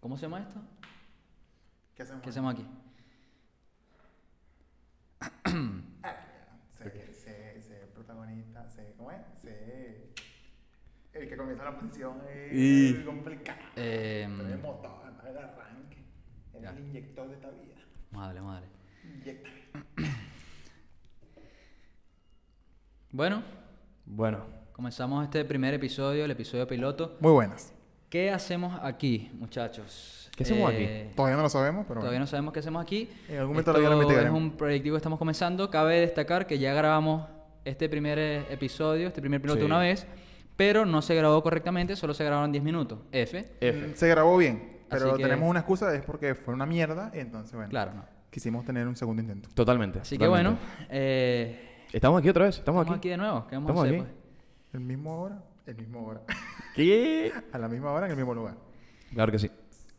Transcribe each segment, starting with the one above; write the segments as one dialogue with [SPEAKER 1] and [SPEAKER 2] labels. [SPEAKER 1] ¿Cómo se llama esto?
[SPEAKER 2] ¿Qué hacemos?
[SPEAKER 1] ¿Qué hacemos aquí?
[SPEAKER 2] Ah, sé, sé, sé protagonista, sé, ¿cómo es? Sé. El que comienza la posición es
[SPEAKER 1] Y-
[SPEAKER 2] complicado.
[SPEAKER 1] Eh,
[SPEAKER 2] Pero el motor, ¿no? el arranque. Es
[SPEAKER 1] Ya.
[SPEAKER 2] el inyector de esta vida.
[SPEAKER 1] madre, madre.
[SPEAKER 2] Inyecta.
[SPEAKER 1] Bueno,
[SPEAKER 2] Bueno.
[SPEAKER 1] comenzamos este primer episodio, el episodio piloto.
[SPEAKER 2] Muy buenas.
[SPEAKER 1] ¿Qué hacemos aquí, muchachos?
[SPEAKER 3] ¿Qué hacemos
[SPEAKER 1] Eh,
[SPEAKER 2] Todavía no lo sabemos, pero.
[SPEAKER 1] Todavía no sabemos qué hacemos aquí.
[SPEAKER 2] En algún momento lo
[SPEAKER 1] Esto
[SPEAKER 2] voy a investigar.
[SPEAKER 1] Es un proyectivo que estamos comenzando. Cabe destacar que ya grabamos este primer eh, episodio, este primer piloto
[SPEAKER 3] Sí.
[SPEAKER 1] una vez, pero no se grabó correctamente, solo se grabaron 10 minutos. F.
[SPEAKER 3] F.
[SPEAKER 2] Mm, Se grabó bien, pero
[SPEAKER 1] Así que-
[SPEAKER 2] tenemos una excusa, es porque fue una mierda, y entonces, bueno.
[SPEAKER 1] Claro, no.
[SPEAKER 2] Quisimos tener un segundo intento.
[SPEAKER 3] Totalmente.
[SPEAKER 1] Así que
[SPEAKER 3] totalmente.
[SPEAKER 1] bueno, eh,
[SPEAKER 3] Estamos aquí otra vez. Estamos,
[SPEAKER 1] estamos aquí
[SPEAKER 3] aquí.
[SPEAKER 1] de nuevo. ¿Qué vamos
[SPEAKER 3] Estamos
[SPEAKER 1] a hacer?
[SPEAKER 3] aquí.
[SPEAKER 1] pues?
[SPEAKER 2] El mismo hora, el mismo hora.
[SPEAKER 3] ¿Qué?
[SPEAKER 2] a la misma hora, en el mismo lugar.
[SPEAKER 3] Claro que sí.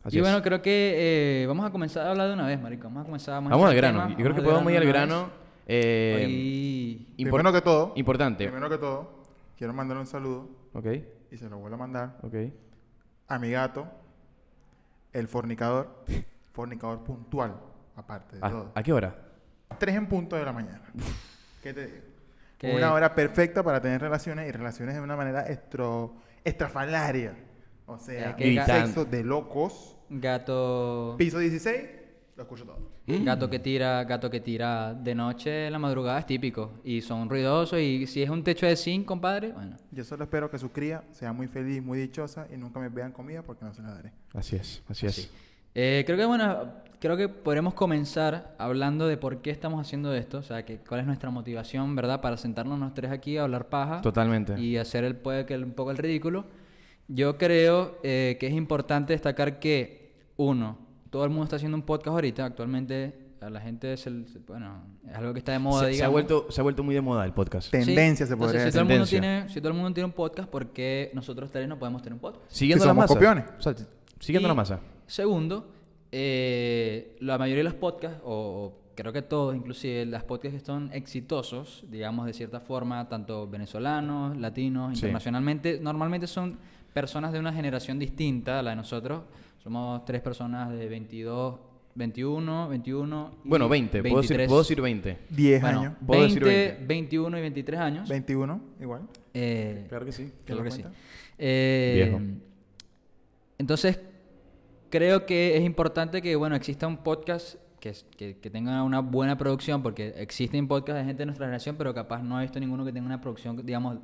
[SPEAKER 3] Así
[SPEAKER 1] y
[SPEAKER 3] es.
[SPEAKER 1] bueno, creo que eh, vamos a comenzar a hablar de una vez, marico. Vamos a comenzar a
[SPEAKER 3] vamos
[SPEAKER 1] mostrar
[SPEAKER 3] al
[SPEAKER 1] el
[SPEAKER 3] grano.
[SPEAKER 1] tema,
[SPEAKER 3] Yo creo que
[SPEAKER 1] vamos
[SPEAKER 3] podemos ir al grano.
[SPEAKER 1] de una
[SPEAKER 3] Eh,
[SPEAKER 1] vez. Hoy-
[SPEAKER 3] impor-
[SPEAKER 2] primero que todo,
[SPEAKER 3] Importante.
[SPEAKER 2] primero que todo, quiero mandar un saludo
[SPEAKER 3] Ok,
[SPEAKER 2] y se lo vuelvo a mandar
[SPEAKER 3] ok.
[SPEAKER 2] a mi gato, el fornicador, fornicador puntual, aparte de
[SPEAKER 3] Ah,
[SPEAKER 2] todo.
[SPEAKER 3] ¿A qué hora?
[SPEAKER 2] Tres en punto de la mañana. ¿Qué te digo?
[SPEAKER 1] Que-
[SPEAKER 2] Una hora perfecta para tener relaciones y relaciones de una manera estro, estrafalaria. O sea,
[SPEAKER 1] Eh,
[SPEAKER 2] un
[SPEAKER 1] que ga-
[SPEAKER 2] sexo de locos.
[SPEAKER 1] Gato.
[SPEAKER 2] Piso 16, lo escucho todo.
[SPEAKER 1] Gato que tira, gato que tira de noche en la madrugada es típico. Y son ruidosos. Y si es un techo de zinc, compadre, bueno.
[SPEAKER 2] Yo solo espero que su cría sea muy feliz, muy dichosa y nunca me vean comida porque no se la daré.
[SPEAKER 3] Así es, así es.
[SPEAKER 1] Eh, creo que bueno, creo que podremos comenzar hablando de por qué estamos haciendo esto, o sea, que cuál es nuestra motivación, ¿verdad? Para sentarnos los tres aquí a hablar paja
[SPEAKER 3] Totalmente.
[SPEAKER 1] y hacer el puede que el- un poco el ridículo. Yo creo eh, que es importante destacar que uno, todo el mundo está haciendo un podcast ahorita, actualmente a la gente se l- se- bueno, es algo que está de moda,
[SPEAKER 3] se, se ha
[SPEAKER 1] digamos.
[SPEAKER 3] vuelto, se ha vuelto muy de moda el podcast.
[SPEAKER 2] Te- Tendencia se
[SPEAKER 1] entonces,
[SPEAKER 2] podría
[SPEAKER 1] si
[SPEAKER 2] decir.
[SPEAKER 1] todo, el mundo
[SPEAKER 3] Tendencia.
[SPEAKER 1] tiene, si todo el mundo tiene un podcast, ¿por qué nosotros tres no podemos tener un podcast?
[SPEAKER 3] Siguiendo
[SPEAKER 2] Que
[SPEAKER 3] la
[SPEAKER 2] somos
[SPEAKER 3] masa.
[SPEAKER 2] copiones.
[SPEAKER 3] O sea, t- siguiendo
[SPEAKER 1] Y
[SPEAKER 3] la masa.
[SPEAKER 1] Segundo, eh, la mayoría de los podcasts, o, o creo que todos, inclusive las podcasts que son exitosos, digamos de cierta forma, tanto venezolanos, latinos,
[SPEAKER 3] Sí.
[SPEAKER 1] internacionalmente, normalmente son personas de una generación distinta a la de nosotros. Somos tres personas de 22, 21, 21. y
[SPEAKER 3] Bueno, 20. Puedo decir,
[SPEAKER 1] 23.
[SPEAKER 3] puedo decir 20.
[SPEAKER 2] 10
[SPEAKER 1] Bueno,
[SPEAKER 2] años,
[SPEAKER 3] Puedo decir
[SPEAKER 1] 20,
[SPEAKER 3] 20.
[SPEAKER 1] 21 y 23 años.
[SPEAKER 2] 21, igual.
[SPEAKER 1] Eh,
[SPEAKER 3] Claro que sí.
[SPEAKER 1] Claro que
[SPEAKER 2] lo
[SPEAKER 1] sí.
[SPEAKER 2] cuenta?
[SPEAKER 1] Eh,
[SPEAKER 3] Viejo.
[SPEAKER 1] Entonces, creo que es importante que, bueno, exista un podcast que, es- que- que tenga una buena producción, porque existen podcasts de gente de nuestra generación, pero capaz no he visto ninguno que tenga una producción, digamos,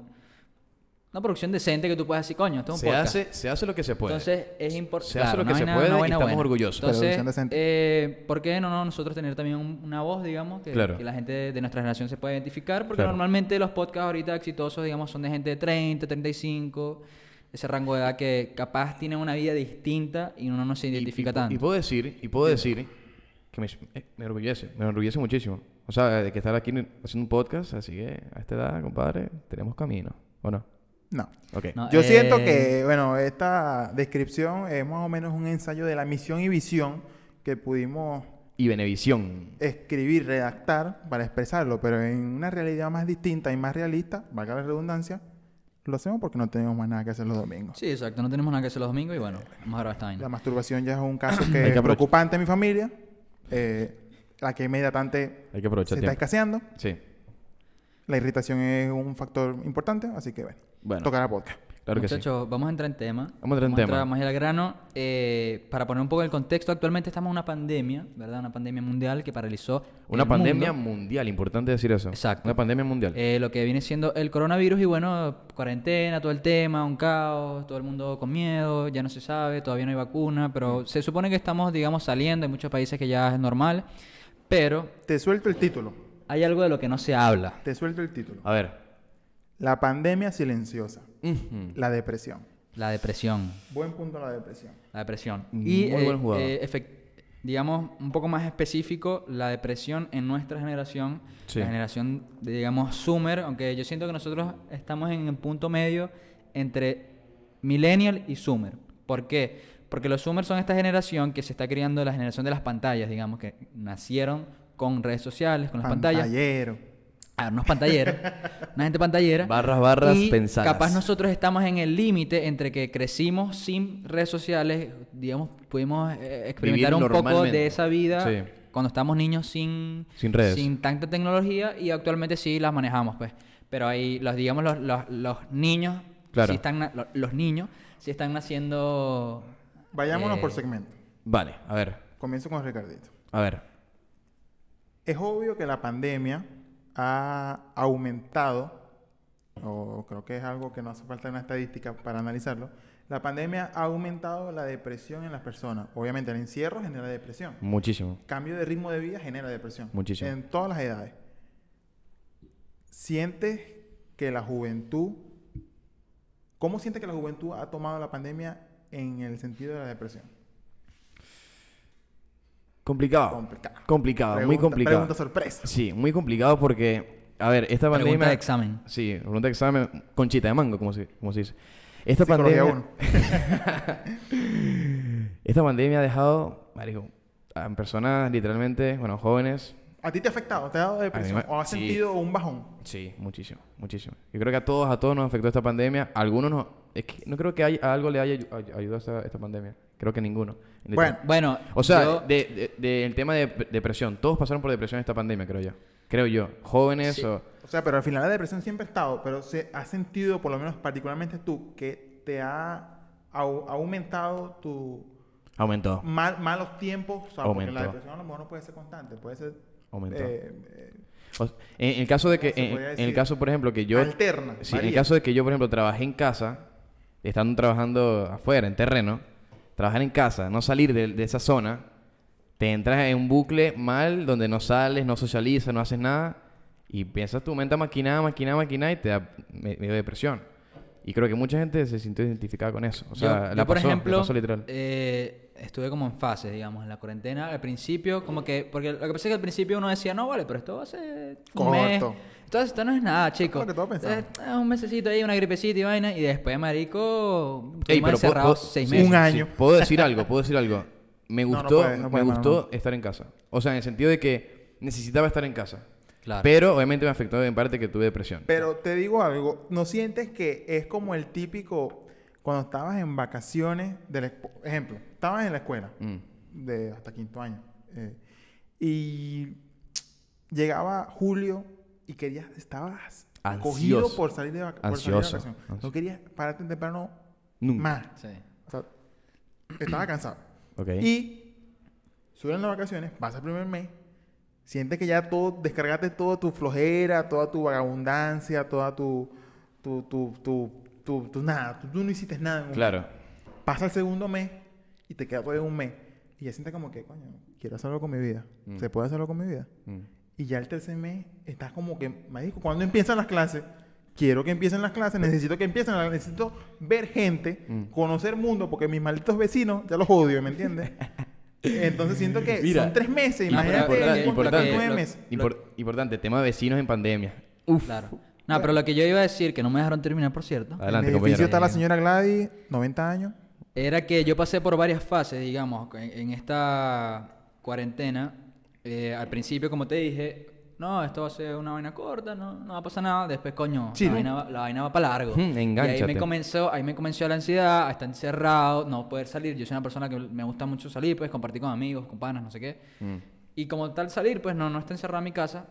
[SPEAKER 1] una producción decente que tú puedas decir, coño, esto es un
[SPEAKER 3] Se
[SPEAKER 1] podcast.
[SPEAKER 3] hace, se hace lo que se puede.
[SPEAKER 1] Entonces es importante.
[SPEAKER 3] Se hace lo que se puede y estamos orgullosos.
[SPEAKER 2] Pero
[SPEAKER 1] Entonces,
[SPEAKER 2] visión decente.
[SPEAKER 1] eh, ¿por qué no, no nosotros tener también un- una voz, digamos, que,
[SPEAKER 3] Claro.
[SPEAKER 1] que la gente de nuestra generación se pueda identificar? Porque
[SPEAKER 3] Claro.
[SPEAKER 1] normalmente los podcasts ahorita exitosos, digamos, son de gente de 30, 35, ese rango de edad que capaz tienen una vida distinta y uno no se identifica
[SPEAKER 3] y, pu-
[SPEAKER 1] tanto.
[SPEAKER 3] Y puedo decir, y puedo decir que me, eh, me enorgullece, me enorgullece muchísimo. O sea, de que estar aquí haciendo un podcast, así que a esta edad, compadre, tenemos camino. ¿O no?
[SPEAKER 2] No.
[SPEAKER 3] Ok.
[SPEAKER 1] No,
[SPEAKER 2] Yo siento
[SPEAKER 1] eh,
[SPEAKER 2] que, bueno, esta descripción es más o menos un ensayo de la misión y visión que pudimos
[SPEAKER 3] Y Benevisión.
[SPEAKER 2] escribir, redactar para expresarlo, pero en una realidad más distinta y más realista, valga la redundancia, lo hacemos porque no tenemos más nada que hacer los domingos.
[SPEAKER 1] Sí, exacto, no tenemos nada que hacer los domingos y bueno, vamos a grabar esta
[SPEAKER 2] La
[SPEAKER 1] vaina.
[SPEAKER 2] masturbación ya es un caso
[SPEAKER 3] Hay que
[SPEAKER 2] que es
[SPEAKER 3] aprovechar.
[SPEAKER 2] preocupante en mi familia. Eh, la que meditante
[SPEAKER 3] Hay que
[SPEAKER 2] se
[SPEAKER 3] aprovechar
[SPEAKER 2] está
[SPEAKER 3] tiempo.
[SPEAKER 2] escaseando.
[SPEAKER 3] Sí.
[SPEAKER 2] La irritación es un factor importante, así que bueno,
[SPEAKER 3] Bueno,
[SPEAKER 2] tocará podcast.
[SPEAKER 3] claro que sí.
[SPEAKER 1] Muchachos, vamos a entrar en tema.
[SPEAKER 3] Vamos a entrar en tema.
[SPEAKER 1] más al grano. Eh, para poner un poco el contexto, actualmente estamos en una pandemia, ¿verdad? Una pandemia mundial que paralizó
[SPEAKER 3] Una
[SPEAKER 1] el
[SPEAKER 3] pandemia
[SPEAKER 1] mundo.
[SPEAKER 3] mundial, importante decir eso.
[SPEAKER 1] Exacto.
[SPEAKER 3] Una pandemia mundial.
[SPEAKER 1] Eh, lo que viene siendo el coronavirus y bueno, cuarentena, todo el tema, un caos, todo el mundo con miedo, ya no se sabe, todavía no hay vacuna,
[SPEAKER 3] Mm.
[SPEAKER 1] pero se supone que estamos, digamos, saliendo, hay muchos países que ya es normal, pero
[SPEAKER 2] Te suelto el título.
[SPEAKER 1] hay algo de lo que no se habla.
[SPEAKER 2] Te suelto el título.
[SPEAKER 3] A ver.
[SPEAKER 2] La pandemia silenciosa.
[SPEAKER 3] Ujú.
[SPEAKER 1] Mm.
[SPEAKER 2] La depresión.
[SPEAKER 1] La depresión.
[SPEAKER 2] Buen punto la depresión.
[SPEAKER 1] La depresión.
[SPEAKER 3] Muy
[SPEAKER 1] y,
[SPEAKER 3] buen jugador.
[SPEAKER 1] efec- digamos, un poco más específico, la depresión en nuestra generación,
[SPEAKER 3] Sí.
[SPEAKER 1] la generación, de, digamos, Summer, aunque yo siento que nosotros estamos en el punto medio entre Millennial y Summer. ¿Por qué? Porque los Summer son esta generación que se está criando la generación de las pantallas, digamos, que nacieron con redes sociales, con las pantallas.
[SPEAKER 2] Pantallero.
[SPEAKER 1] a ver, unos pantalleros, una gente pantallera.
[SPEAKER 3] Barras, barras
[SPEAKER 1] y
[SPEAKER 3] pensadas.
[SPEAKER 1] Capaz nosotros estamos en el límite entre que crecimos sin redes sociales, digamos, pudimos eh, experimentar un poco
[SPEAKER 3] normalmente.
[SPEAKER 1] de esa vida
[SPEAKER 3] Sí.
[SPEAKER 1] cuando estamos niños sin,
[SPEAKER 3] Sin redes.
[SPEAKER 1] sin tanta tecnología y actualmente sí las manejamos, pues. Pero ahí, los, digamos, los, los, los niños,
[SPEAKER 3] Claro.
[SPEAKER 1] sí están, na- lo- los niños, sí están naciendo.
[SPEAKER 2] Vayámonos
[SPEAKER 1] eh,
[SPEAKER 2] por segmento.
[SPEAKER 3] Vale, a ver,
[SPEAKER 2] Comienzo con Ricardito.
[SPEAKER 3] a ver.
[SPEAKER 2] Es obvio que la pandemia ha aumentado, o creo que es algo que no hace falta una estadística para analizarlo, la pandemia ha aumentado la depresión en las personas. Obviamente el encierro genera depresión.
[SPEAKER 3] Muchísimo.
[SPEAKER 2] Cambio de ritmo de vida genera depresión.
[SPEAKER 3] Muchísimo.
[SPEAKER 2] En todas las edades. ¿Sientes que la juventud... ¿Cómo sientes que la juventud ha tomado la pandemia en el sentido de la depresión?
[SPEAKER 3] Complicado.
[SPEAKER 2] Complicado.
[SPEAKER 3] Complicado, muy
[SPEAKER 2] Pregunta-
[SPEAKER 3] complicado.
[SPEAKER 2] Pregunta sorpresa.
[SPEAKER 3] Sí, muy complicado porque, a ver, esta
[SPEAKER 1] Pregunta
[SPEAKER 3] pandemia...
[SPEAKER 1] de examen.
[SPEAKER 3] Sí, pregunta de examen, conchita de mango, como se, como se dice. Esta
[SPEAKER 2] Psicología
[SPEAKER 3] pandemia... Esta pandemia ha dejado, marico, a personas literalmente, bueno, jóvenes...
[SPEAKER 2] ¿A ti te ha afectado? ¿Te ha dado depresión?
[SPEAKER 3] A mí me-
[SPEAKER 2] ¿O has
[SPEAKER 3] sí.
[SPEAKER 2] sentido un bajón?
[SPEAKER 3] Sí, muchísimo, muchísimo. Yo creo que a todos, a todos nos afectó esta pandemia. A algunos no... Es que no creo que hay- a algo le haya ayu- ay- ayudado esta, esta pandemia. Creo que ninguno.
[SPEAKER 2] Bueno,
[SPEAKER 1] Bueno,
[SPEAKER 3] O sea,
[SPEAKER 1] yo-
[SPEAKER 3] de- de- del tema de dep- depresión. Todos pasaron por depresión esta pandemia, creo yo. Creo yo. Jóvenes o...
[SPEAKER 2] O sea, pero al final la depresión siempre ha estado, pero se ha sentido, por lo menos particularmente tú, que te ha au- aumentado tu
[SPEAKER 3] Aumentó.
[SPEAKER 2] mal- malos tiempos. O sea, porque
[SPEAKER 3] Aumentó.
[SPEAKER 2] la depresión a lo mejor no puede ser constante, puede ser
[SPEAKER 3] Aumentó.
[SPEAKER 2] eh, eh,
[SPEAKER 3] O sea, en el caso de que...
[SPEAKER 2] ¿Cómo se
[SPEAKER 3] En,
[SPEAKER 2] podría
[SPEAKER 3] en el
[SPEAKER 2] decir?
[SPEAKER 3] caso, por ejemplo, que yo...
[SPEAKER 2] alterna.
[SPEAKER 3] Sí, en el
[SPEAKER 2] varía.
[SPEAKER 3] caso de que yo, por ejemplo, trabajé en casa, estando trabajando afuera, en terreno, trabajar en casa, no salir de, de esa zona, te entras en un bucle mal donde no sales, no socializas, no haces nada y piensas tu mente a maquinar, maquinar, maquinar y te da me- medio depresión. Y creo que mucha gente se sintió identificada con eso. O sea,
[SPEAKER 1] yo,
[SPEAKER 3] la
[SPEAKER 1] yo, por
[SPEAKER 3] pasó, la
[SPEAKER 1] ejemplo,
[SPEAKER 3] pasó literal.
[SPEAKER 1] eh, estuve como en fases, digamos, en la cuarentena. Al principio, como que... Porque lo que pasa es que al principio uno decía, no, vale, pero esto va a ser un
[SPEAKER 2] Corto.
[SPEAKER 1] mes. Entonces, esto no es nada, chico.
[SPEAKER 2] lo que todos pensamos.
[SPEAKER 1] Eh, ah, un mesecito ahí, una gripecita y vaina. Y después, marico,
[SPEAKER 3] Ey,
[SPEAKER 1] estuvimos
[SPEAKER 3] puedo-
[SPEAKER 1] encerrados
[SPEAKER 3] puedo-
[SPEAKER 1] seis
[SPEAKER 3] sí,
[SPEAKER 1] meses.
[SPEAKER 2] Un año.
[SPEAKER 3] sí, puedo decir algo, puedo decir algo. Me
[SPEAKER 2] No, no
[SPEAKER 3] gustó,
[SPEAKER 2] puede, no
[SPEAKER 3] me
[SPEAKER 2] puede, no,
[SPEAKER 3] gustó estar en casa. O sea, en el sentido de que necesitaba estar en casa.
[SPEAKER 1] Claro.
[SPEAKER 3] Pero obviamente me afectó en parte que tuve depresión.
[SPEAKER 2] Pero te digo algo, ¿no sientes que es como el típico cuando estabas en vacaciones? De la, escu- ejemplo, estabas en la escuela
[SPEAKER 3] Mm.
[SPEAKER 2] de hasta quinto año eh, y llegaba julio y querías, estabas cogido
[SPEAKER 3] Ansioso.
[SPEAKER 2] por salir de, vaca- por salir de
[SPEAKER 3] Ansioso.
[SPEAKER 2] vacaciones.
[SPEAKER 3] Ansioso.
[SPEAKER 2] No querías pararte temprano
[SPEAKER 3] Nunca.
[SPEAKER 2] más.
[SPEAKER 1] Sí.
[SPEAKER 2] O sea, estaba cansado.
[SPEAKER 3] Ok.
[SPEAKER 2] Y suben las vacaciones, pasa el primer mes, sientes que ya todo, descargaste toda tu flojera, toda tu vagabundancia, toda tu, tu, tu, tu, tu- tu nada, tú, tú no hiciste nada. en un
[SPEAKER 3] Claro.
[SPEAKER 2] mes. Pasa el segundo mes y te queda todavía un mes. Y ya sientes como que, coño, quiero hacerlo con mi vida.
[SPEAKER 3] Mm.
[SPEAKER 2] ¿Se puede hacerlo con mi vida?
[SPEAKER 3] Mm.
[SPEAKER 2] Y ya el tercer mes estás como que, marico, ¿cuándo empiezan las clases? Quiero que empiecen las clases, necesito que empiecen, las- necesito ver gente,
[SPEAKER 1] Mm.
[SPEAKER 2] conocer mundo, porque mis malditos vecinos ya los odio, ¿me entiendes? Entonces siento que
[SPEAKER 3] Mira,
[SPEAKER 2] son tres meses,
[SPEAKER 1] y-
[SPEAKER 2] imagínate,
[SPEAKER 1] importante,
[SPEAKER 2] un contrato de
[SPEAKER 1] importante.
[SPEAKER 2] nueve meses.
[SPEAKER 3] Impor- importante, tema de vecinos en pandemia.
[SPEAKER 1] Claro. No, pero lo que yo iba a decir, que no me dejaron terminar, por cierto,
[SPEAKER 3] Adelante,
[SPEAKER 2] en el edificio
[SPEAKER 3] compañero.
[SPEAKER 2] está la señora Gladys, 90 años.
[SPEAKER 1] Era que yo pasé por varias fases, digamos, en, en esta cuarentena. Eh, al principio, como te dije, no, esto va a ser una vaina corta, no, no va a pasar nada. Después, coño,
[SPEAKER 2] Sí,
[SPEAKER 1] la
[SPEAKER 2] ¿no?
[SPEAKER 1] vaina, va- la vaina va para largo.
[SPEAKER 3] Ujú,
[SPEAKER 1] y ahí
[SPEAKER 3] engánchate.
[SPEAKER 1] me comenzó, ahí me comenzó la ansiedad, a estar encerrado, no poder salir. Yo soy una persona que me gusta mucho salir, pues compartir con amigos, con panas, no sé qué.
[SPEAKER 3] Mm.
[SPEAKER 1] Y como tal salir, pues no, no está encerrado en mi casa.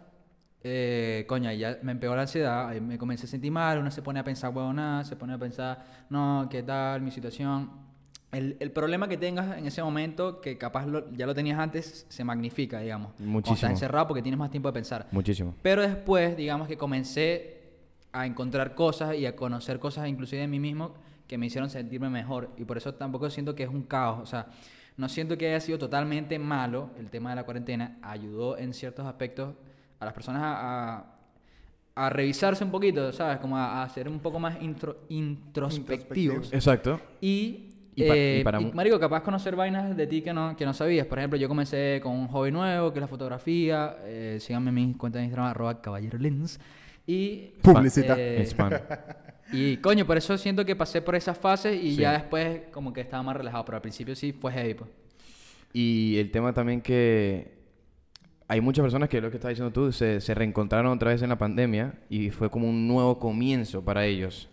[SPEAKER 1] Eh, coño, ahí ya me empeoró la ansiedad, ahí me comencé a sentir mal, uno se pone a pensar huevonadas, se pone a pensar, no, ¿qué tal mi situación? El, el problema que tengas en ese momento, que capaz lo- ya lo tenías antes, se magnifica, digamos. Cuando
[SPEAKER 3] Muchísimo.
[SPEAKER 1] estás encerrado porque tienes más tiempo de pensar.
[SPEAKER 3] Muchísimo.
[SPEAKER 1] Pero después, digamos que comencé a encontrar cosas y a conocer cosas inclusive de mí mismo que me hicieron sentirme mejor. Y por eso tampoco siento que es un caos. O sea, no siento que haya sido totalmente malo el tema de la cuarentena. Ayudó en ciertos aspectos a las personas a, a- a revisarse un poquito, ¿sabes? Como a, a ser un poco más intro- introspectivos.
[SPEAKER 3] Exacto.
[SPEAKER 1] Y,
[SPEAKER 3] Y pa- y
[SPEAKER 1] eh,
[SPEAKER 3] para
[SPEAKER 1] y,
[SPEAKER 3] mu-
[SPEAKER 1] marico, capaz conocer vainas de ti que no, que no sabías. Por ejemplo, yo comencé con un hobby nuevo, que es la fotografía. Eh, síganme en mis cuentas de Instagram, arroba caballero lens. Y...
[SPEAKER 2] Publicidad.
[SPEAKER 1] eh,
[SPEAKER 3] En spam.
[SPEAKER 1] y coño, por eso siento que pasé por esas fases y
[SPEAKER 3] Sí.
[SPEAKER 1] ya después como que estaba más relajado, pero al principio sí fue heavy. pues.
[SPEAKER 3] Y el tema también que... hay muchas personas que lo que estás diciendo tú se, se reencontraron otra vez en la pandemia y fue como un nuevo comienzo para ellos.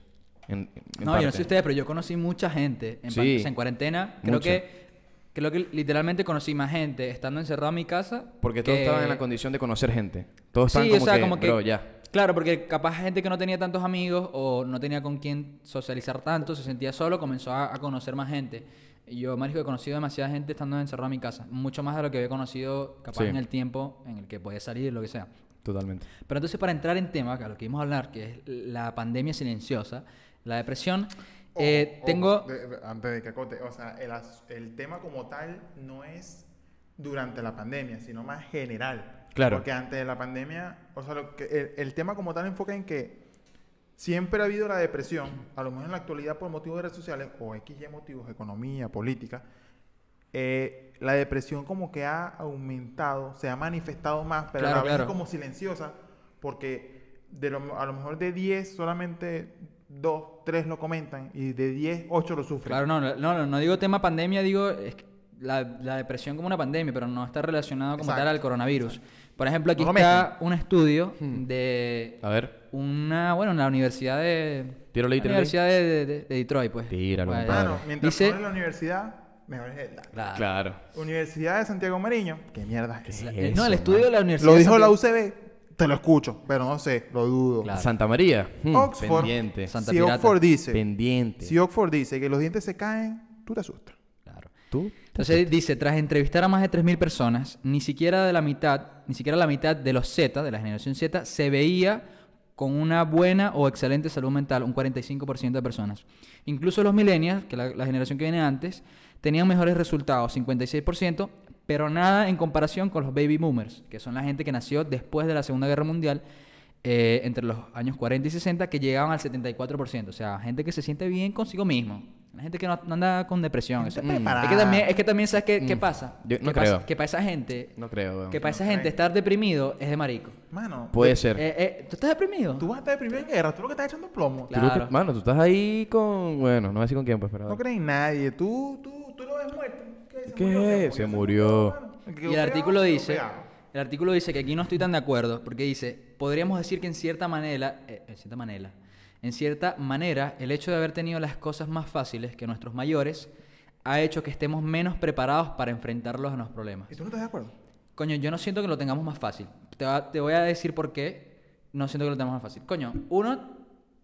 [SPEAKER 3] En, en
[SPEAKER 1] No, yo no
[SPEAKER 3] parte.
[SPEAKER 1] sé ustedes, pero yo conocí mucha gente en, pan-
[SPEAKER 3] Sí.
[SPEAKER 1] o sea, en cuarentena. Creo
[SPEAKER 3] Mucha.
[SPEAKER 1] que creo que literalmente conocí más gente estando encerrado en mi casa.
[SPEAKER 3] Porque todos
[SPEAKER 1] que-
[SPEAKER 3] estaban en la condición de conocer gente. Todos estaban
[SPEAKER 1] Sí,
[SPEAKER 3] como,
[SPEAKER 1] o sea,
[SPEAKER 3] que,
[SPEAKER 1] como que
[SPEAKER 3] "Bro, ya.
[SPEAKER 1] Claro, porque capaz gente que no tenía tantos amigos o no tenía con quién socializar tanto, se sentía solo, comenzó a, a conocer más gente. Y yo, marico, he conocido demasiada gente estando encerrado en mi casa. Mucho más de lo que había conocido capaz
[SPEAKER 3] Sí.
[SPEAKER 1] en el tiempo en el que podía salir, lo que sea.
[SPEAKER 3] Totalmente.
[SPEAKER 1] Pero entonces, para entrar en tema, que a lo que íbamos a hablar, que es la pandemia silenciosa, la depresión, eh,
[SPEAKER 2] Ojo,
[SPEAKER 1] tengo...
[SPEAKER 2] ojo, de- de- antes de que acote, o sea, el, as- el tema como tal no es durante la pandemia, sino más general.
[SPEAKER 3] Claro.
[SPEAKER 2] Porque antes de la pandemia, o sea, lo que- el, el tema como tal enfoca en que siempre ha habido la depresión, a lo mejor en la actualidad por motivos de redes sociales o XY motivos, economía, política, eh, la depresión como que ha aumentado, se ha manifestado más, pero a
[SPEAKER 1] Claro,
[SPEAKER 2] la vez es
[SPEAKER 1] claro.
[SPEAKER 2] como silenciosa, porque de lo- a lo mejor de 10 solamente 2, 3 lo comentan y de 10, 8 lo sufren.
[SPEAKER 1] Claro, no, no, no, no digo tema pandemia, digo es que la, la depresión como una pandemia, pero no está relacionado como tal
[SPEAKER 2] Exacto,
[SPEAKER 1] al coronavirus. Por ejemplo, aquí
[SPEAKER 2] No lo
[SPEAKER 1] está un estudio
[SPEAKER 2] Hmm.
[SPEAKER 1] de
[SPEAKER 3] A ver.
[SPEAKER 1] una, bueno, en la universidad de...
[SPEAKER 3] Tíralo ahí,
[SPEAKER 1] la
[SPEAKER 3] tíralo ahí.
[SPEAKER 1] Universidad de, de- de- de Detroit, pues.
[SPEAKER 3] Tíralo,
[SPEAKER 1] Bueno,
[SPEAKER 3] compadre.
[SPEAKER 2] Claro, Ah, mientras
[SPEAKER 1] Dice-
[SPEAKER 2] pones la universidad, mejor es el dato.
[SPEAKER 1] claro.
[SPEAKER 3] Claro.
[SPEAKER 2] Universidad de Santiago Mariño, qué mierda es
[SPEAKER 1] La-
[SPEAKER 2] esa?
[SPEAKER 1] eh, no, el
[SPEAKER 3] Eso,
[SPEAKER 1] estudio de la universidad...
[SPEAKER 2] Lo
[SPEAKER 1] de
[SPEAKER 2] dijo la
[SPEAKER 1] Santiago-
[SPEAKER 2] UCB, te lo escucho, pero no sé, lo dudo.
[SPEAKER 1] Claro.
[SPEAKER 3] Santa María. Hmm,
[SPEAKER 2] Oxford.
[SPEAKER 3] Pendiente.
[SPEAKER 1] San- Santa
[SPEAKER 2] si
[SPEAKER 1] Pirata.
[SPEAKER 2] Oxford dice,
[SPEAKER 3] Pendiente.
[SPEAKER 2] si Oxford dice que los dientes se caen, tú te asustas.
[SPEAKER 1] Claro.
[SPEAKER 3] ¿Tú?
[SPEAKER 1] Entonces dice, tras entrevistar a más de 3.000 personas, ni siquiera de la mitad, ni siquiera la mitad de los Z, de la generación Z, se veía con una buena o excelente salud mental, un 45% de personas. Incluso los millennials, que la, la generación que viene antes, tenían mejores resultados, 56%, pero nada en comparación con los baby boomers, que son la gente que nació después de la Segunda Guerra Mundial, eh, entre los años 40 y 60, que llegaban al 74%. O sea, gente que se siente bien consigo mismo. La gente que no, no anda con depresión.
[SPEAKER 2] Gente
[SPEAKER 1] o sea,
[SPEAKER 2] preparada.
[SPEAKER 1] es que también, es que también sabes qué, qué pasa.
[SPEAKER 3] Mm. Yo no
[SPEAKER 1] que pasa-
[SPEAKER 3] creo.
[SPEAKER 1] que para esa gente,
[SPEAKER 3] No creo, weón.
[SPEAKER 1] que para esa
[SPEAKER 2] creo.
[SPEAKER 1] gente estar deprimido es de marico.
[SPEAKER 2] Mano,
[SPEAKER 3] Puede ser.
[SPEAKER 1] Eh, eh, ¿Tú estás deprimido?
[SPEAKER 2] tú vas a estar deprimido en guerra, tú lo que estás echando es plomo.
[SPEAKER 1] Claro.
[SPEAKER 3] Tú lo que- mano, tú estás ahí con... Bueno, no voy a decir con quién, pues, pero...
[SPEAKER 2] No crees en nadie, tú, tú, tú lo ves muerto. ¿Qué?
[SPEAKER 3] ¿Qué? Se murió.
[SPEAKER 2] mano. Quedó
[SPEAKER 1] Y el
[SPEAKER 2] pegado,
[SPEAKER 1] artículo
[SPEAKER 2] quedó
[SPEAKER 1] dice,
[SPEAKER 2] pegado.
[SPEAKER 1] el artículo dice que aquí no estoy tan de acuerdo, porque dice, podríamos decir que en cierta manera, eh, en cierta manera, en cierta manera, el hecho de haber tenido las cosas más fáciles que nuestros mayores ha hecho que estemos menos preparados para enfrentarlos a los problemas.
[SPEAKER 2] ¿Y tú no estás de acuerdo?
[SPEAKER 1] Coño, yo no siento que lo tengamos más fácil. Te, va- te voy a decir por qué no siento que lo tengamos más fácil. Coño, uno,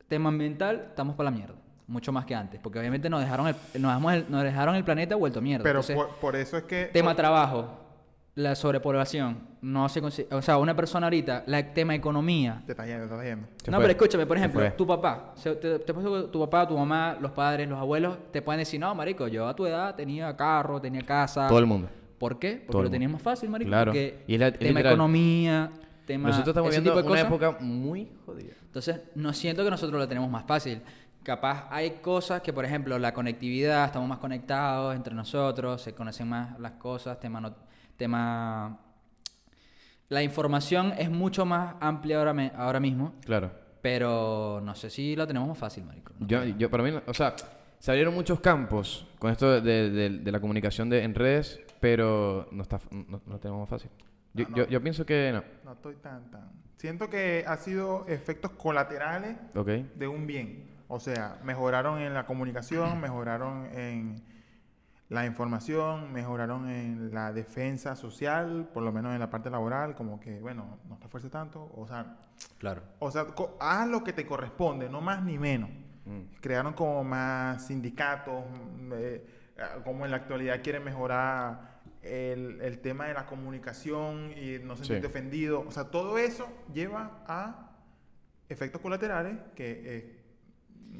[SPEAKER 1] tema ambiental, estamos para la mierda. Mucho más que antes. Porque obviamente nos dejaron el, nos dejamos el- nos dejaron el planeta vuelto mierda.
[SPEAKER 2] Pero
[SPEAKER 1] Entonces,
[SPEAKER 2] por, por eso es que...
[SPEAKER 1] tema trabajo, la sobrepoblación, no se consi- O sea, una persona ahorita, la tema economía.
[SPEAKER 2] Oh, Te estás yendo, te estás yendo.
[SPEAKER 3] Se
[SPEAKER 1] no,
[SPEAKER 3] fue.
[SPEAKER 1] pero escúchame, por
[SPEAKER 3] Se
[SPEAKER 1] ejemplo,
[SPEAKER 3] fue.
[SPEAKER 1] tu papá, se- te, te apuesto que tu papá, tu mamá, los padres, los abuelos, te pueden decir, no, marico, yo a tu edad tenía carro, tenía casa.
[SPEAKER 3] Todo el mundo.
[SPEAKER 1] ¿Por qué? Porque
[SPEAKER 3] Todo
[SPEAKER 1] lo
[SPEAKER 3] el mundo.
[SPEAKER 1] tenías más fácil, marico.
[SPEAKER 3] Claro.
[SPEAKER 1] Porque
[SPEAKER 3] Y es la- es
[SPEAKER 1] tema
[SPEAKER 3] literal.
[SPEAKER 1] economía, tema
[SPEAKER 3] Nosotros estamos
[SPEAKER 1] ese
[SPEAKER 3] viviendo
[SPEAKER 1] tipo de
[SPEAKER 3] una
[SPEAKER 1] cosas.
[SPEAKER 3] época muy jodida.
[SPEAKER 1] Entonces, no siento que nosotros lo tenemos más fácil. Capaz hay cosas que, por ejemplo, la conectividad, estamos más conectados entre nosotros, se conocen más las cosas, tema... no- tema... La información es mucho más amplia ahora, me- ahora mismo,
[SPEAKER 3] Claro.
[SPEAKER 1] pero no sé si lo tenemos más fácil, marico. No
[SPEAKER 3] Yo,
[SPEAKER 1] creo.
[SPEAKER 3] yo para mí, o sea, se abrieron muchos campos con esto de, de- de la comunicación de, en redes, pero no está, no, no lo tenemos más fácil. Yo,
[SPEAKER 2] No, no.
[SPEAKER 3] yo, yo pienso que no.
[SPEAKER 2] No estoy tan, tan... Siento que ha sido efectos colaterales
[SPEAKER 3] Ok.
[SPEAKER 2] de un bien. O sea, mejoraron en la comunicación, mejoraron en la información, mejoraron en la defensa social, por lo menos en la parte laboral, como que, bueno, no te esfuerces tanto. O sea,
[SPEAKER 1] Claro.
[SPEAKER 2] o sea co- haz lo que te corresponde, no más ni menos. Crearon como más sindicatos, mm, eh, ah, como en la actualidad quieren mejorar el, el tema de la comunicación y no sentirte
[SPEAKER 3] Sí.
[SPEAKER 2] ofendido. O sea, todo eso lleva a efectos colaterales que eh,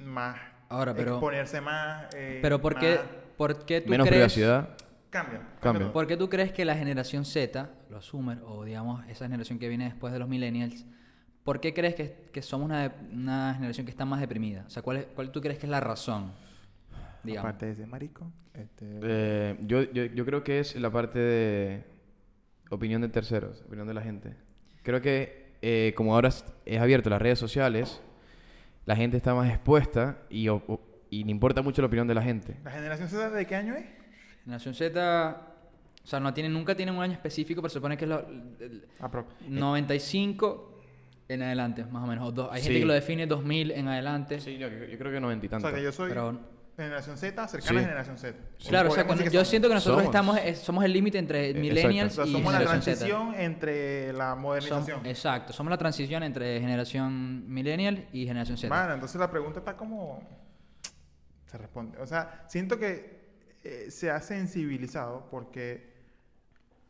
[SPEAKER 2] más
[SPEAKER 1] Ahora, pero-
[SPEAKER 2] exponerse más. eh,
[SPEAKER 1] Pero ¿por qué,
[SPEAKER 2] más-
[SPEAKER 1] por qué tú
[SPEAKER 3] Menos
[SPEAKER 1] crees...
[SPEAKER 3] privacidad.
[SPEAKER 2] Cambia.
[SPEAKER 3] Cambia.
[SPEAKER 2] todo.
[SPEAKER 1] ¿Por qué tú crees que la generación Z, los Zoomers, o digamos esa generación que viene después de los Millennials, ¿por qué crees que, que somos una, de- una generación que está más deprimida? O sea, ¿cuál, es- cuál tú crees que es la razón? Digamos.
[SPEAKER 2] Aparte de ese marico, este,
[SPEAKER 3] Eh, yo, yo, yo creo que es la parte de opinión de terceros, opinión de la gente. Creo que eh, como ahora es- es abierto las redes sociales, la gente está más expuesta y, o- o- y le importa mucho la opinión de la gente.
[SPEAKER 2] ¿La generación Z de qué año es?
[SPEAKER 1] Generación Z, O sea, no tienen, nunca tienen un año específico, pero se supone que es lo- el-
[SPEAKER 2] Apro-
[SPEAKER 1] 95 en adelante, más o menos. O do- hay gente
[SPEAKER 3] Sí.
[SPEAKER 1] que lo define 2000 en adelante.
[SPEAKER 3] Sí, yo, yo creo que noventa y
[SPEAKER 2] O
[SPEAKER 3] tantos.
[SPEAKER 2] sea, que yo soy
[SPEAKER 1] Pero-
[SPEAKER 2] generación Z, cercana
[SPEAKER 3] Sí.
[SPEAKER 2] a generación Z.
[SPEAKER 1] Claro, o sea,
[SPEAKER 2] Podríamos
[SPEAKER 1] cuando-
[SPEAKER 2] decir
[SPEAKER 1] yo siento que nosotros
[SPEAKER 3] somos.
[SPEAKER 1] estamos es- somos el límite entre
[SPEAKER 3] exacto.
[SPEAKER 1] millennials
[SPEAKER 2] O sea,
[SPEAKER 1] y
[SPEAKER 2] somos la
[SPEAKER 1] generación Z.
[SPEAKER 2] transición entre la
[SPEAKER 1] Som-
[SPEAKER 2] modernización.
[SPEAKER 1] exacto, somos la transición entre generación millennial y generación Z.
[SPEAKER 2] Mano, entonces la pregunta está como... Se responde. O sea, siento que eh, se ha sensibilizado porque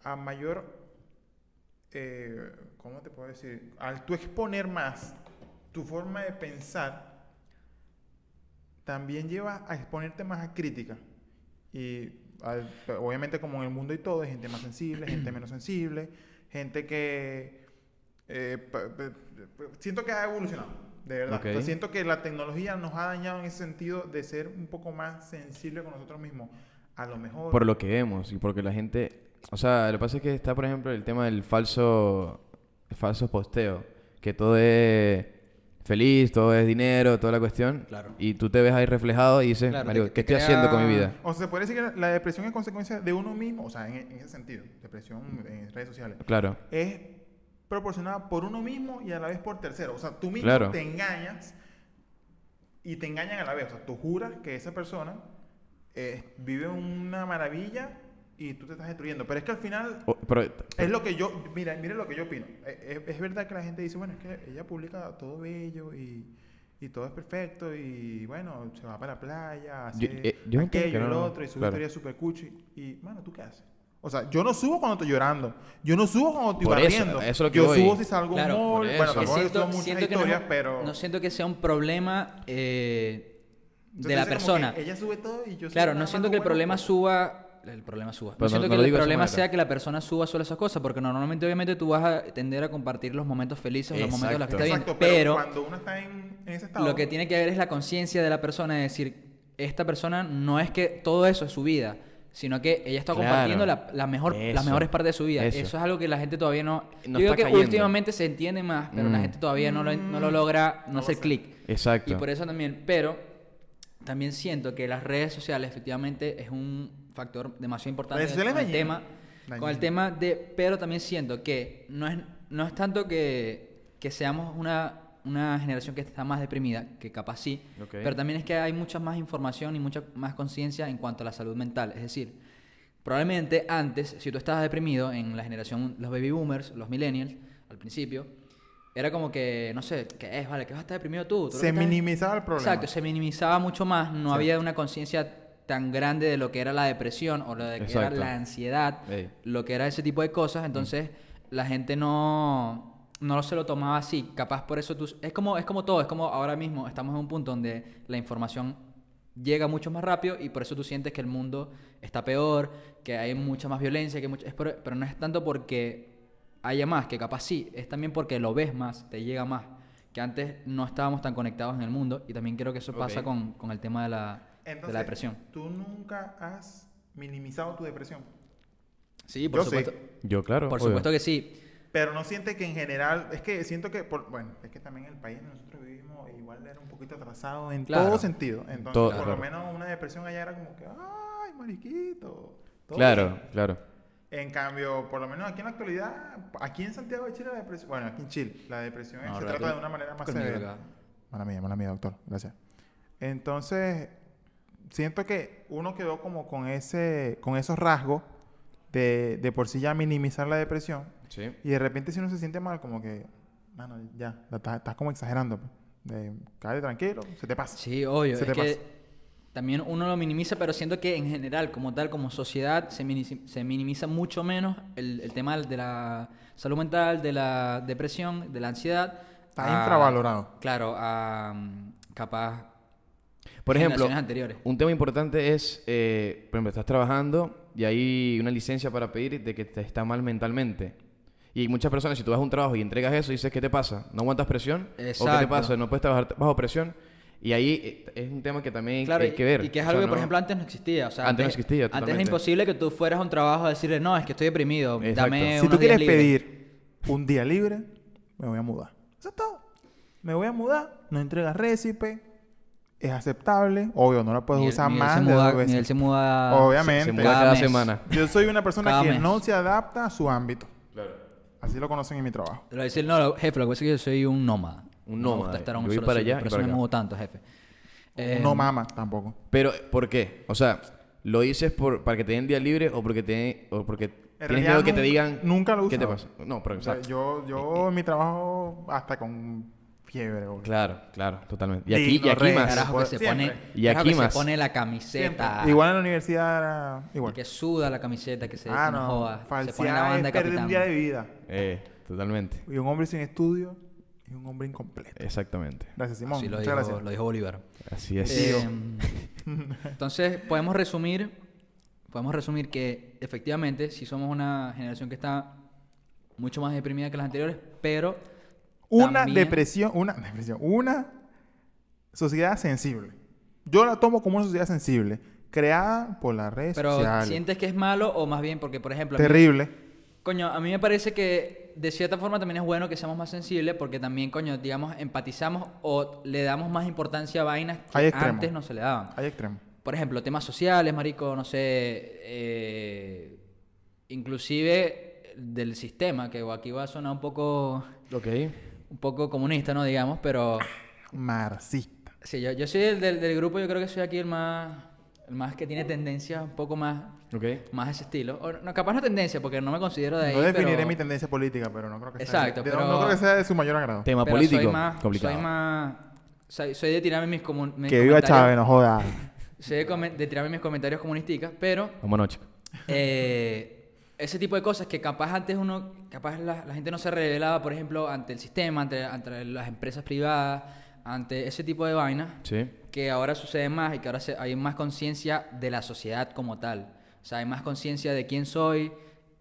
[SPEAKER 2] a mayor... eh, ¿Cómo te puedo decir? Al tú exponer más tu forma de pensar, también lleva a exponerte más a crítica. Y al- obviamente como en el mundo y todo, hay gente más sensible, gente menos sensible, gente que... eh, pa- pa- pa- siento que ha evolucionado, de verdad.
[SPEAKER 3] Ok.
[SPEAKER 2] O sea, siento que la tecnología nos ha dañado en ese sentido de ser un poco más sensible con nosotros mismos. A lo mejor...
[SPEAKER 3] Por lo que vemos y porque la gente... O sea, lo que pasa es que está, por ejemplo, el tema del falso, el falso posteo. Que todo es feliz, todo es dinero, toda la cuestión.
[SPEAKER 1] Claro.
[SPEAKER 3] Y tú te ves ahí reflejado y dices,
[SPEAKER 1] Claro,
[SPEAKER 3] "Marico,
[SPEAKER 1] te-
[SPEAKER 3] ¿qué
[SPEAKER 1] te
[SPEAKER 3] estoy haciendo con mi
[SPEAKER 1] crea-
[SPEAKER 3] vida?
[SPEAKER 2] O sea, se puede decir que la depresión es consecuencia de uno mismo, o sea, en, en ese sentido, depresión en redes sociales,
[SPEAKER 3] Claro.
[SPEAKER 2] es proporcionada por uno mismo y a la vez por tercero. O sea, tú mismo
[SPEAKER 3] Claro.
[SPEAKER 2] te engañas y te engañan a la vez. O sea, tú juras que esa persona eh, vive una maravilla y tú te estás destruyendo. Pero es que al final
[SPEAKER 3] O- pero-
[SPEAKER 2] es lo que yo, mira, mire lo que yo opino. Eh, Es, es verdad que la gente dice, bueno, es que ella publica todo bello y, y todo es perfecto y bueno, se va para la playa, hace
[SPEAKER 3] Yo- eh, yo entiendo
[SPEAKER 2] aquello
[SPEAKER 3] que
[SPEAKER 2] y
[SPEAKER 3] no,
[SPEAKER 2] lo
[SPEAKER 3] no,
[SPEAKER 2] otro y sube
[SPEAKER 3] claro.
[SPEAKER 2] historias super cuchi. Y, mano, ¿tú qué haces? O sea, yo no subo cuando estoy llorando. Yo no subo cuando estoy
[SPEAKER 3] Por eso,
[SPEAKER 2] barriendo.
[SPEAKER 3] eso es lo que
[SPEAKER 2] yo
[SPEAKER 3] voy.
[SPEAKER 2] subo si salgo a
[SPEAKER 1] Claro,
[SPEAKER 2] un
[SPEAKER 1] por
[SPEAKER 2] mall.
[SPEAKER 3] eso.
[SPEAKER 2] Bueno,
[SPEAKER 3] Que
[SPEAKER 2] tampoco
[SPEAKER 1] siento,
[SPEAKER 2] subo muchas
[SPEAKER 1] siento que no,
[SPEAKER 2] historias, pero...
[SPEAKER 1] no siento que sea un problema eh, de
[SPEAKER 2] Entonces,
[SPEAKER 1] la
[SPEAKER 2] como que
[SPEAKER 1] persona.
[SPEAKER 2] Ella sube todo y yo subo
[SPEAKER 1] Claro,
[SPEAKER 2] nada
[SPEAKER 1] no
[SPEAKER 2] más
[SPEAKER 1] siento
[SPEAKER 2] lo
[SPEAKER 1] que el
[SPEAKER 2] bueno. pues,
[SPEAKER 1] problema suba. El problema suba. No
[SPEAKER 3] Pero no-
[SPEAKER 1] siento
[SPEAKER 3] no
[SPEAKER 1] que
[SPEAKER 3] lo
[SPEAKER 1] el
[SPEAKER 3] digo de esa
[SPEAKER 1] problema
[SPEAKER 3] manera.
[SPEAKER 1] sea que la persona suba solo esas cosas, porque normalmente, obviamente, tú vas a tender a compartir los momentos felices, los momentos de los que está bien.
[SPEAKER 2] Exacto, pero,
[SPEAKER 1] pero
[SPEAKER 2] cuando uno está en, en ese estado...
[SPEAKER 1] lo que tiene que haber es la conciencia de la persona de decir, esta persona no es que todo eso es su vida, sino que ella está
[SPEAKER 3] Claro.
[SPEAKER 1] compartiendo la, la mejor, las
[SPEAKER 3] Eso,
[SPEAKER 1] mejores partes de su vida. Eso.
[SPEAKER 3] eso.
[SPEAKER 1] es algo que la gente todavía no... yo
[SPEAKER 3] No
[SPEAKER 1] creo
[SPEAKER 3] está
[SPEAKER 1] que
[SPEAKER 3] cayendo.
[SPEAKER 1] últimamente se entiende más, pero la
[SPEAKER 3] Mm.
[SPEAKER 1] gente todavía no lo, no lo logra, no, hacer clic.
[SPEAKER 3] Exacto.
[SPEAKER 1] Y por eso también, pero también siento que las redes sociales efectivamente es un factor demasiado importante
[SPEAKER 2] Redes sociales
[SPEAKER 1] con el
[SPEAKER 2] dañino.
[SPEAKER 1] tema. Con el tema de, pero también siento que no es, no es tanto que, que seamos una, una generación que está más deprimida, que capaz sí,
[SPEAKER 3] Ok.
[SPEAKER 1] pero también es que hay mucha más información y mucha más conciencia en cuanto a la salud mental. Es decir, probablemente antes, si tú estabas deprimido en la generación, los baby boomers, los millennials, al principio, era como que, no sé, ¿qué es? Vale, ¿qué vas a estar deprimido tú? ¿Tú lo que
[SPEAKER 2] Se
[SPEAKER 1] estás-
[SPEAKER 2] minimizaba el problema.
[SPEAKER 1] Exacto, se minimizaba mucho más, no había una conciencia tan grande de lo que era la depresión o lo de que era
[SPEAKER 3] Exacto.
[SPEAKER 1] la ansiedad,
[SPEAKER 3] Ey.
[SPEAKER 1] lo que era ese tipo de cosas, entonces la gente no no se lo tomaba así, capaz por eso tú es como es como todo, es como ahora mismo estamos en un punto donde la información llega mucho más rápido y por eso tú sientes que el mundo está peor, que hay mucha más violencia, que hay mucha- es por- pero no es tanto porque haya más, que capaz sí, es también porque lo ves más, te llega más, que antes no estábamos tan conectados en el mundo y también creo que eso pasa
[SPEAKER 3] Ok.
[SPEAKER 1] con, con el tema de la, de
[SPEAKER 2] Entonces,
[SPEAKER 1] la depresión.
[SPEAKER 2] Tú nunca has minimizado tu depresión.
[SPEAKER 1] Sí, por
[SPEAKER 2] Yo sí.
[SPEAKER 1] supuesto.
[SPEAKER 3] Yo, claro.
[SPEAKER 1] Por
[SPEAKER 3] obvio.
[SPEAKER 1] supuesto que sí.
[SPEAKER 2] Pero no sientes que en general, es que siento que, por, bueno, es que también el país en nosotros vivimos igual era un poquito atrasado en
[SPEAKER 1] Claro.
[SPEAKER 2] todo sentido. Entonces,
[SPEAKER 3] Todo,
[SPEAKER 2] por lo
[SPEAKER 3] claro.
[SPEAKER 2] menos una depresión allá era como que, ay, mariquito. todo
[SPEAKER 3] Claro,
[SPEAKER 2] bien".
[SPEAKER 3] claro.
[SPEAKER 2] En cambio, por lo menos aquí en la actualidad, aquí en Santiago de Chile, la depresión, bueno, aquí en Chile, la depresión
[SPEAKER 1] No,
[SPEAKER 2] se
[SPEAKER 1] rápido.
[SPEAKER 2] trata de una manera más
[SPEAKER 1] Conmigo
[SPEAKER 2] severa.
[SPEAKER 1] acá.
[SPEAKER 2] Mala mía, mala mía, doctor. Gracias. Entonces, siento que uno quedó como con ese, con esos rasgos de, de por sí ya minimizar la depresión.
[SPEAKER 3] Sí.
[SPEAKER 2] Y de repente si uno se siente mal, como que, mano, ya, la estás, estás como exagerando. pues. De, cállate tranquilo, se te pasa.
[SPEAKER 1] Sí, obvio.
[SPEAKER 2] Se
[SPEAKER 1] es
[SPEAKER 2] te
[SPEAKER 1] que
[SPEAKER 2] pasa.
[SPEAKER 1] también uno lo minimiza, pero siento que en general, como tal, como sociedad, se, minisi- se minimiza mucho menos el, el tema de la salud mental, de la depresión, de la ansiedad.
[SPEAKER 2] Está
[SPEAKER 1] a-
[SPEAKER 2] infravalorado.
[SPEAKER 1] Claro, a mm, capaz
[SPEAKER 3] Por ejemplo,
[SPEAKER 1] generaciones anteriores.
[SPEAKER 3] un tema importante es, eh, por ejemplo, estás trabajando y hay una licencia para pedir de que te está mal mentalmente. Y muchas personas, si tú vas a un trabajo y entregas eso, dices, ¿qué te pasa? ¿No aguantas presión? ¿O qué te
[SPEAKER 1] Exacto.
[SPEAKER 3] pasa? ¿No puedes trabajar bajo presión? Y ahí eh, es un tema que también
[SPEAKER 1] Claro,
[SPEAKER 3] hay
[SPEAKER 1] y-
[SPEAKER 3] que ver.
[SPEAKER 1] Y que es
[SPEAKER 3] O sea,
[SPEAKER 1] algo que, por
[SPEAKER 3] no-
[SPEAKER 1] ejemplo, antes no existía. O sea,
[SPEAKER 3] Antes no existía,
[SPEAKER 1] Antes era
[SPEAKER 3] totalmente.
[SPEAKER 1] imposible que tú fueras a un trabajo a decirle, no, es que estoy deprimido,
[SPEAKER 3] Exacto.
[SPEAKER 1] dame
[SPEAKER 2] Si tú
[SPEAKER 1] Eh, unos días
[SPEAKER 2] quieres
[SPEAKER 1] libres".
[SPEAKER 2] pedir un día libre, me voy a mudar. Eso es todo. Me voy a mudar, no entregas récipe, es aceptable. Obvio, no la puedes
[SPEAKER 1] Miguel-
[SPEAKER 2] usar
[SPEAKER 1] Miguel
[SPEAKER 2] pues más
[SPEAKER 1] se
[SPEAKER 2] de
[SPEAKER 1] muda-
[SPEAKER 2] dos veces.
[SPEAKER 1] Miguel se muda.
[SPEAKER 2] Obviamente.
[SPEAKER 3] Se muda
[SPEAKER 1] Cada
[SPEAKER 3] cada
[SPEAKER 1] mes.
[SPEAKER 3] semana.
[SPEAKER 2] Yo soy una persona
[SPEAKER 1] Cada
[SPEAKER 2] que
[SPEAKER 1] mes.
[SPEAKER 2] no se adapta a su ámbito. Así lo conocen en mi trabajo.
[SPEAKER 1] Lo dice, no, lo- jefe, lo que pasa es que yo soy un nómada.
[SPEAKER 3] Un
[SPEAKER 1] No me
[SPEAKER 3] nómada.
[SPEAKER 1] gusta estar en un
[SPEAKER 3] Yo voy
[SPEAKER 1] solo
[SPEAKER 3] para
[SPEAKER 1] sitio,
[SPEAKER 3] allá y
[SPEAKER 1] Por eso
[SPEAKER 3] para
[SPEAKER 1] me
[SPEAKER 3] acá.
[SPEAKER 1] mudo tanto, jefe. Eh,
[SPEAKER 2] no mama tampoco.
[SPEAKER 3] Pero, ¿por qué? O sea, ¿lo dices por, para que te den día libre o porque, te, o porque tienes
[SPEAKER 2] realidad
[SPEAKER 3] miedo que te
[SPEAKER 2] nun-
[SPEAKER 3] digan...
[SPEAKER 2] nunca lo he
[SPEAKER 3] ¿Qué te pasa?
[SPEAKER 2] usado.
[SPEAKER 3] No, pero
[SPEAKER 2] O sea,
[SPEAKER 3] exacto.
[SPEAKER 2] yo, yo en mi trabajo hasta con fiebre. boludo.
[SPEAKER 3] Claro, claro, totalmente. Y aquí, y
[SPEAKER 2] Digno,
[SPEAKER 3] aquí
[SPEAKER 2] rey,
[SPEAKER 3] más.
[SPEAKER 1] Carajo que se
[SPEAKER 2] Siempre.
[SPEAKER 1] pone.
[SPEAKER 3] Y
[SPEAKER 1] carajo
[SPEAKER 3] aquí
[SPEAKER 1] que
[SPEAKER 3] más.
[SPEAKER 1] Se pone la
[SPEAKER 2] Siempre.
[SPEAKER 1] camiseta.
[SPEAKER 2] Igual en la universidad era igual.
[SPEAKER 1] Que suda la camiseta, que se
[SPEAKER 2] ah,
[SPEAKER 1] que no, joda.
[SPEAKER 2] no.
[SPEAKER 1] Se pone la
[SPEAKER 2] Falsedad
[SPEAKER 1] banda
[SPEAKER 2] es
[SPEAKER 1] de
[SPEAKER 2] perder un
[SPEAKER 1] capitán.
[SPEAKER 2] día de vida.
[SPEAKER 3] Eh, totalmente.
[SPEAKER 2] Y un hombre sin estudio es un hombre incompleto.
[SPEAKER 3] Exactamente.
[SPEAKER 2] Gracias, Simón.
[SPEAKER 1] Así lo
[SPEAKER 2] Muchas
[SPEAKER 1] dijo,
[SPEAKER 2] gracias.
[SPEAKER 1] lo dijo Bolívar.
[SPEAKER 3] Así es.
[SPEAKER 2] Sí.
[SPEAKER 1] Em, entonces, podemos resumir, podemos resumir que efectivamente si somos una generación que está mucho más deprimida que las anteriores, pero
[SPEAKER 2] Una
[SPEAKER 1] también-
[SPEAKER 2] depresión, una depresión, una sociedad sensible. Yo la tomo como una sociedad sensible, creada por las redes
[SPEAKER 1] pero
[SPEAKER 2] sociales.
[SPEAKER 1] sientes que es malo o más bien porque por ejemplo, a mí-
[SPEAKER 2] Terrible.
[SPEAKER 1] coño, a mí me parece que de cierta forma también es bueno que seamos más sensibles porque también, coño, digamos, empatizamos o le damos más importancia a vainas
[SPEAKER 2] Hay
[SPEAKER 1] que
[SPEAKER 2] extremos.
[SPEAKER 1] antes no se le daban.
[SPEAKER 2] Hay extremo.
[SPEAKER 1] por ejemplo, temas sociales, marico, no sé, eh, inclusive del sistema, que aquí va a sonar un poco,
[SPEAKER 3] Ok.
[SPEAKER 1] un poco comunista, ¿no? Digamos, pero
[SPEAKER 2] Marxista.
[SPEAKER 1] sí, yo, yo soy el del, del grupo, yo creo que soy aquí el más, el más que tiene tendencia un poco más,
[SPEAKER 3] Ok.
[SPEAKER 1] más de ese estilo. O no, capaz no tendencia, porque no me considero de ahí,
[SPEAKER 2] No definiré
[SPEAKER 1] pero-
[SPEAKER 2] mi tendencia política, pero no creo que
[SPEAKER 1] Exacto,
[SPEAKER 2] sea. de-
[SPEAKER 1] pero-
[SPEAKER 2] No creo que sea de su mayor agrado.
[SPEAKER 3] Tema
[SPEAKER 1] pero
[SPEAKER 3] político.
[SPEAKER 1] Soy más,
[SPEAKER 3] complicado.
[SPEAKER 1] Soy más, soy, soy de tirarme mis, comun- mis
[SPEAKER 2] Que viva
[SPEAKER 1] comentarios-
[SPEAKER 2] Chávez, no joda.
[SPEAKER 1] Soy de, comen- de tirarme mis comentarios comunistas, pero...
[SPEAKER 3] Vámonos, chicos.
[SPEAKER 1] Eh, ese tipo de cosas que capaz antes uno, capaz la, la gente no se revelaba, por ejemplo, ante el sistema, ante, ante las empresas privadas, ante ese tipo de vainas,
[SPEAKER 3] Sí.
[SPEAKER 1] que ahora sucede más y que ahora se- hay más conciencia de la sociedad como tal. O sea, hay más conciencia de quién soy,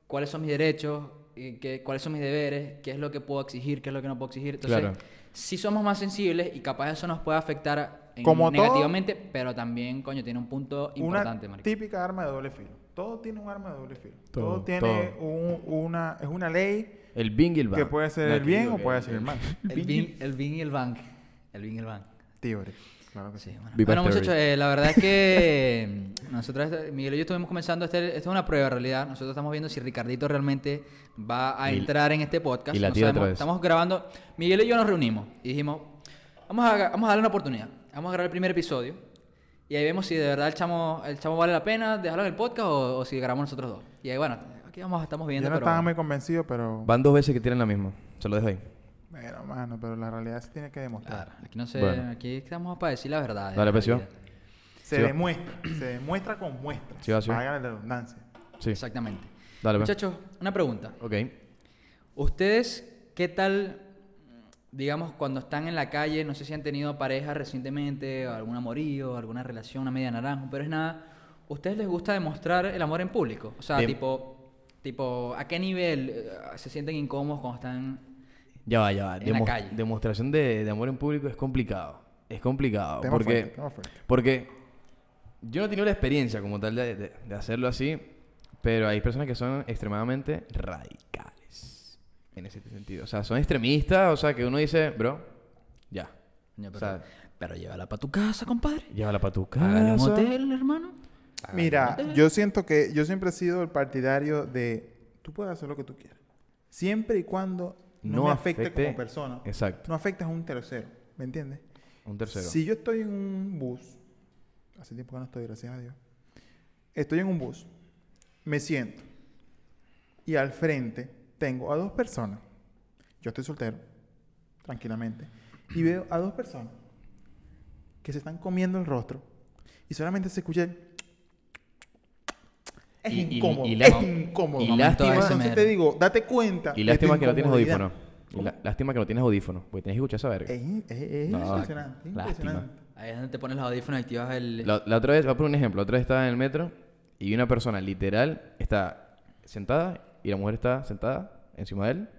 [SPEAKER 1] cuáles son mis derechos, y qué- cuáles son mis deberes, qué es lo que puedo exigir, qué es lo que no puedo exigir. Entonces,
[SPEAKER 3] Claro.
[SPEAKER 1] sí somos más sensibles y capaz eso nos puede afectar en-
[SPEAKER 2] Como todo-
[SPEAKER 1] negativamente, pero también, coño, tiene un punto
[SPEAKER 2] Una
[SPEAKER 1] importante, marico.
[SPEAKER 2] típica arma de doble filo. Todo tiene un arma de doble filo. Todo,
[SPEAKER 3] Todo,
[SPEAKER 2] tiene un- una... Es una ley
[SPEAKER 3] El Bing y el Bang.
[SPEAKER 2] que puede ser
[SPEAKER 3] No,
[SPEAKER 2] el
[SPEAKER 3] te
[SPEAKER 2] bien
[SPEAKER 3] digo
[SPEAKER 2] o
[SPEAKER 3] que-
[SPEAKER 2] puede ser el mal.
[SPEAKER 1] El bin, el bin y el bank. El bin y el bank.
[SPEAKER 2] Teoría. Claro que
[SPEAKER 1] Sí,
[SPEAKER 2] sí.
[SPEAKER 1] bueno.
[SPEAKER 3] Big
[SPEAKER 1] Bueno,
[SPEAKER 3] Bang
[SPEAKER 1] muchachos,
[SPEAKER 3] Theory.
[SPEAKER 1] eh, la verdad es que nosotros, Miguel y yo estuvimos comenzando, este, esto es una prueba en realidad. Nosotros estamos viendo si Ricardito realmente va a
[SPEAKER 3] Y-
[SPEAKER 1] entrar en este podcast.
[SPEAKER 3] y la
[SPEAKER 1] No
[SPEAKER 3] tira otra
[SPEAKER 1] sabemos.
[SPEAKER 3] vez.
[SPEAKER 1] Estamos grabando. Miguel y yo nos reunimos y dijimos, vamos a, vamos a darle una oportunidad. Vamos a grabar el primer episodio y ahí vemos si de verdad el chamo, el chamo vale la pena dejarlo en el podcast o, o si grabamos nosotros dos. Y ahí, bueno, aquí vamos, estamos
[SPEAKER 2] Yo
[SPEAKER 1] viendo.
[SPEAKER 2] no
[SPEAKER 1] pero-
[SPEAKER 2] estaba muy convencido, pero...
[SPEAKER 3] Van dos veces que tienen la misma. Se lo dejo ahí.
[SPEAKER 2] Bueno, mano, pero la realidad se tiene que demostrar.
[SPEAKER 1] Claro, aquí no sé,
[SPEAKER 3] Bueno.
[SPEAKER 1] aquí estamos para decir la verdad. de
[SPEAKER 3] Dale,
[SPEAKER 1] la
[SPEAKER 3] pues, yo.
[SPEAKER 1] vida.
[SPEAKER 2] Se
[SPEAKER 3] Sí va.
[SPEAKER 2] demuestra. se demuestra con muestras.
[SPEAKER 3] Sí va, sí va.
[SPEAKER 2] Hagan la redundancia.
[SPEAKER 3] Sí.
[SPEAKER 1] Exactamente.
[SPEAKER 3] Dale, pues.
[SPEAKER 1] Muchachos, una pregunta.
[SPEAKER 3] Ok.
[SPEAKER 1] ¿Ustedes qué tal, digamos, cuando están en la calle, no sé si han tenido pareja recientemente, o algún amorío, alguna relación, una media naranja, pero es nada, ¿ustedes les gusta demostrar el amor en público? O sea,
[SPEAKER 3] Bien.
[SPEAKER 1] tipo, tipo, ¿a qué nivel eh, se sienten incómodos cuando están...
[SPEAKER 3] Ya va, ya va.
[SPEAKER 1] En la calle.
[SPEAKER 3] Demostración de, de amor en público es complicado. Es
[SPEAKER 1] Ah,
[SPEAKER 3] complicado.
[SPEAKER 2] Tema
[SPEAKER 3] porque...
[SPEAKER 2] fuerte, tema fuerte.
[SPEAKER 3] Porque yo no he tenido la experiencia como tal de, de- de hacerlo así, pero hay personas que son extremadamente radicales en ese sentido. O sea, son extremistas, o sea, que uno dice, bro, ya,
[SPEAKER 1] Coño,
[SPEAKER 3] O
[SPEAKER 1] Pero,
[SPEAKER 3] sea-
[SPEAKER 1] pero llévala para tu casa, compadre.
[SPEAKER 3] llévala para tu
[SPEAKER 1] Hágale
[SPEAKER 3] casa.
[SPEAKER 1] un hotel, hermano. Hágale un
[SPEAKER 2] Mira,
[SPEAKER 1] hotel.
[SPEAKER 2] yo siento que yo siempre he sido el partidario de tú puedes hacer lo que tú quieras. Siempre y cuando no,
[SPEAKER 3] No
[SPEAKER 2] me afecte,
[SPEAKER 3] afecte-
[SPEAKER 2] como persona.
[SPEAKER 3] Exacto.
[SPEAKER 2] No afectes a un tercero, ¿me entiendes?
[SPEAKER 3] Un tercero.
[SPEAKER 2] Si yo estoy en un bus, hace tiempo que no estoy, gracias a Dios. Estoy en un bus, me siento y al frente tengo a dos personas. Yo estoy soltero, tranquilamente, y veo a dos personas que se están comiendo el rostro y solamente se escucha el es
[SPEAKER 3] Y- y-
[SPEAKER 2] incómodo,
[SPEAKER 3] y
[SPEAKER 2] es
[SPEAKER 3] lá-
[SPEAKER 2] incómodo.
[SPEAKER 3] y
[SPEAKER 2] Momento
[SPEAKER 3] lástima-
[SPEAKER 2] Entonces te digo, date cuenta.
[SPEAKER 3] y
[SPEAKER 2] de
[SPEAKER 3] lástima
[SPEAKER 2] tu
[SPEAKER 3] que no tienes
[SPEAKER 2] incomodidad.
[SPEAKER 3] audífono. Y la- lástima que no tienes audífono, porque tienes que escuchar esa verga.
[SPEAKER 2] Es, in- es- es
[SPEAKER 3] No,
[SPEAKER 2] impresionante, es
[SPEAKER 3] lástima.
[SPEAKER 2] impresionante.
[SPEAKER 1] Ahí es donde te pones los audífonos y activas el...
[SPEAKER 3] La, la otra vez, voy a poner un ejemplo, la otra vez estaba en el metro y una persona literal está sentada y la mujer está sentada encima de él,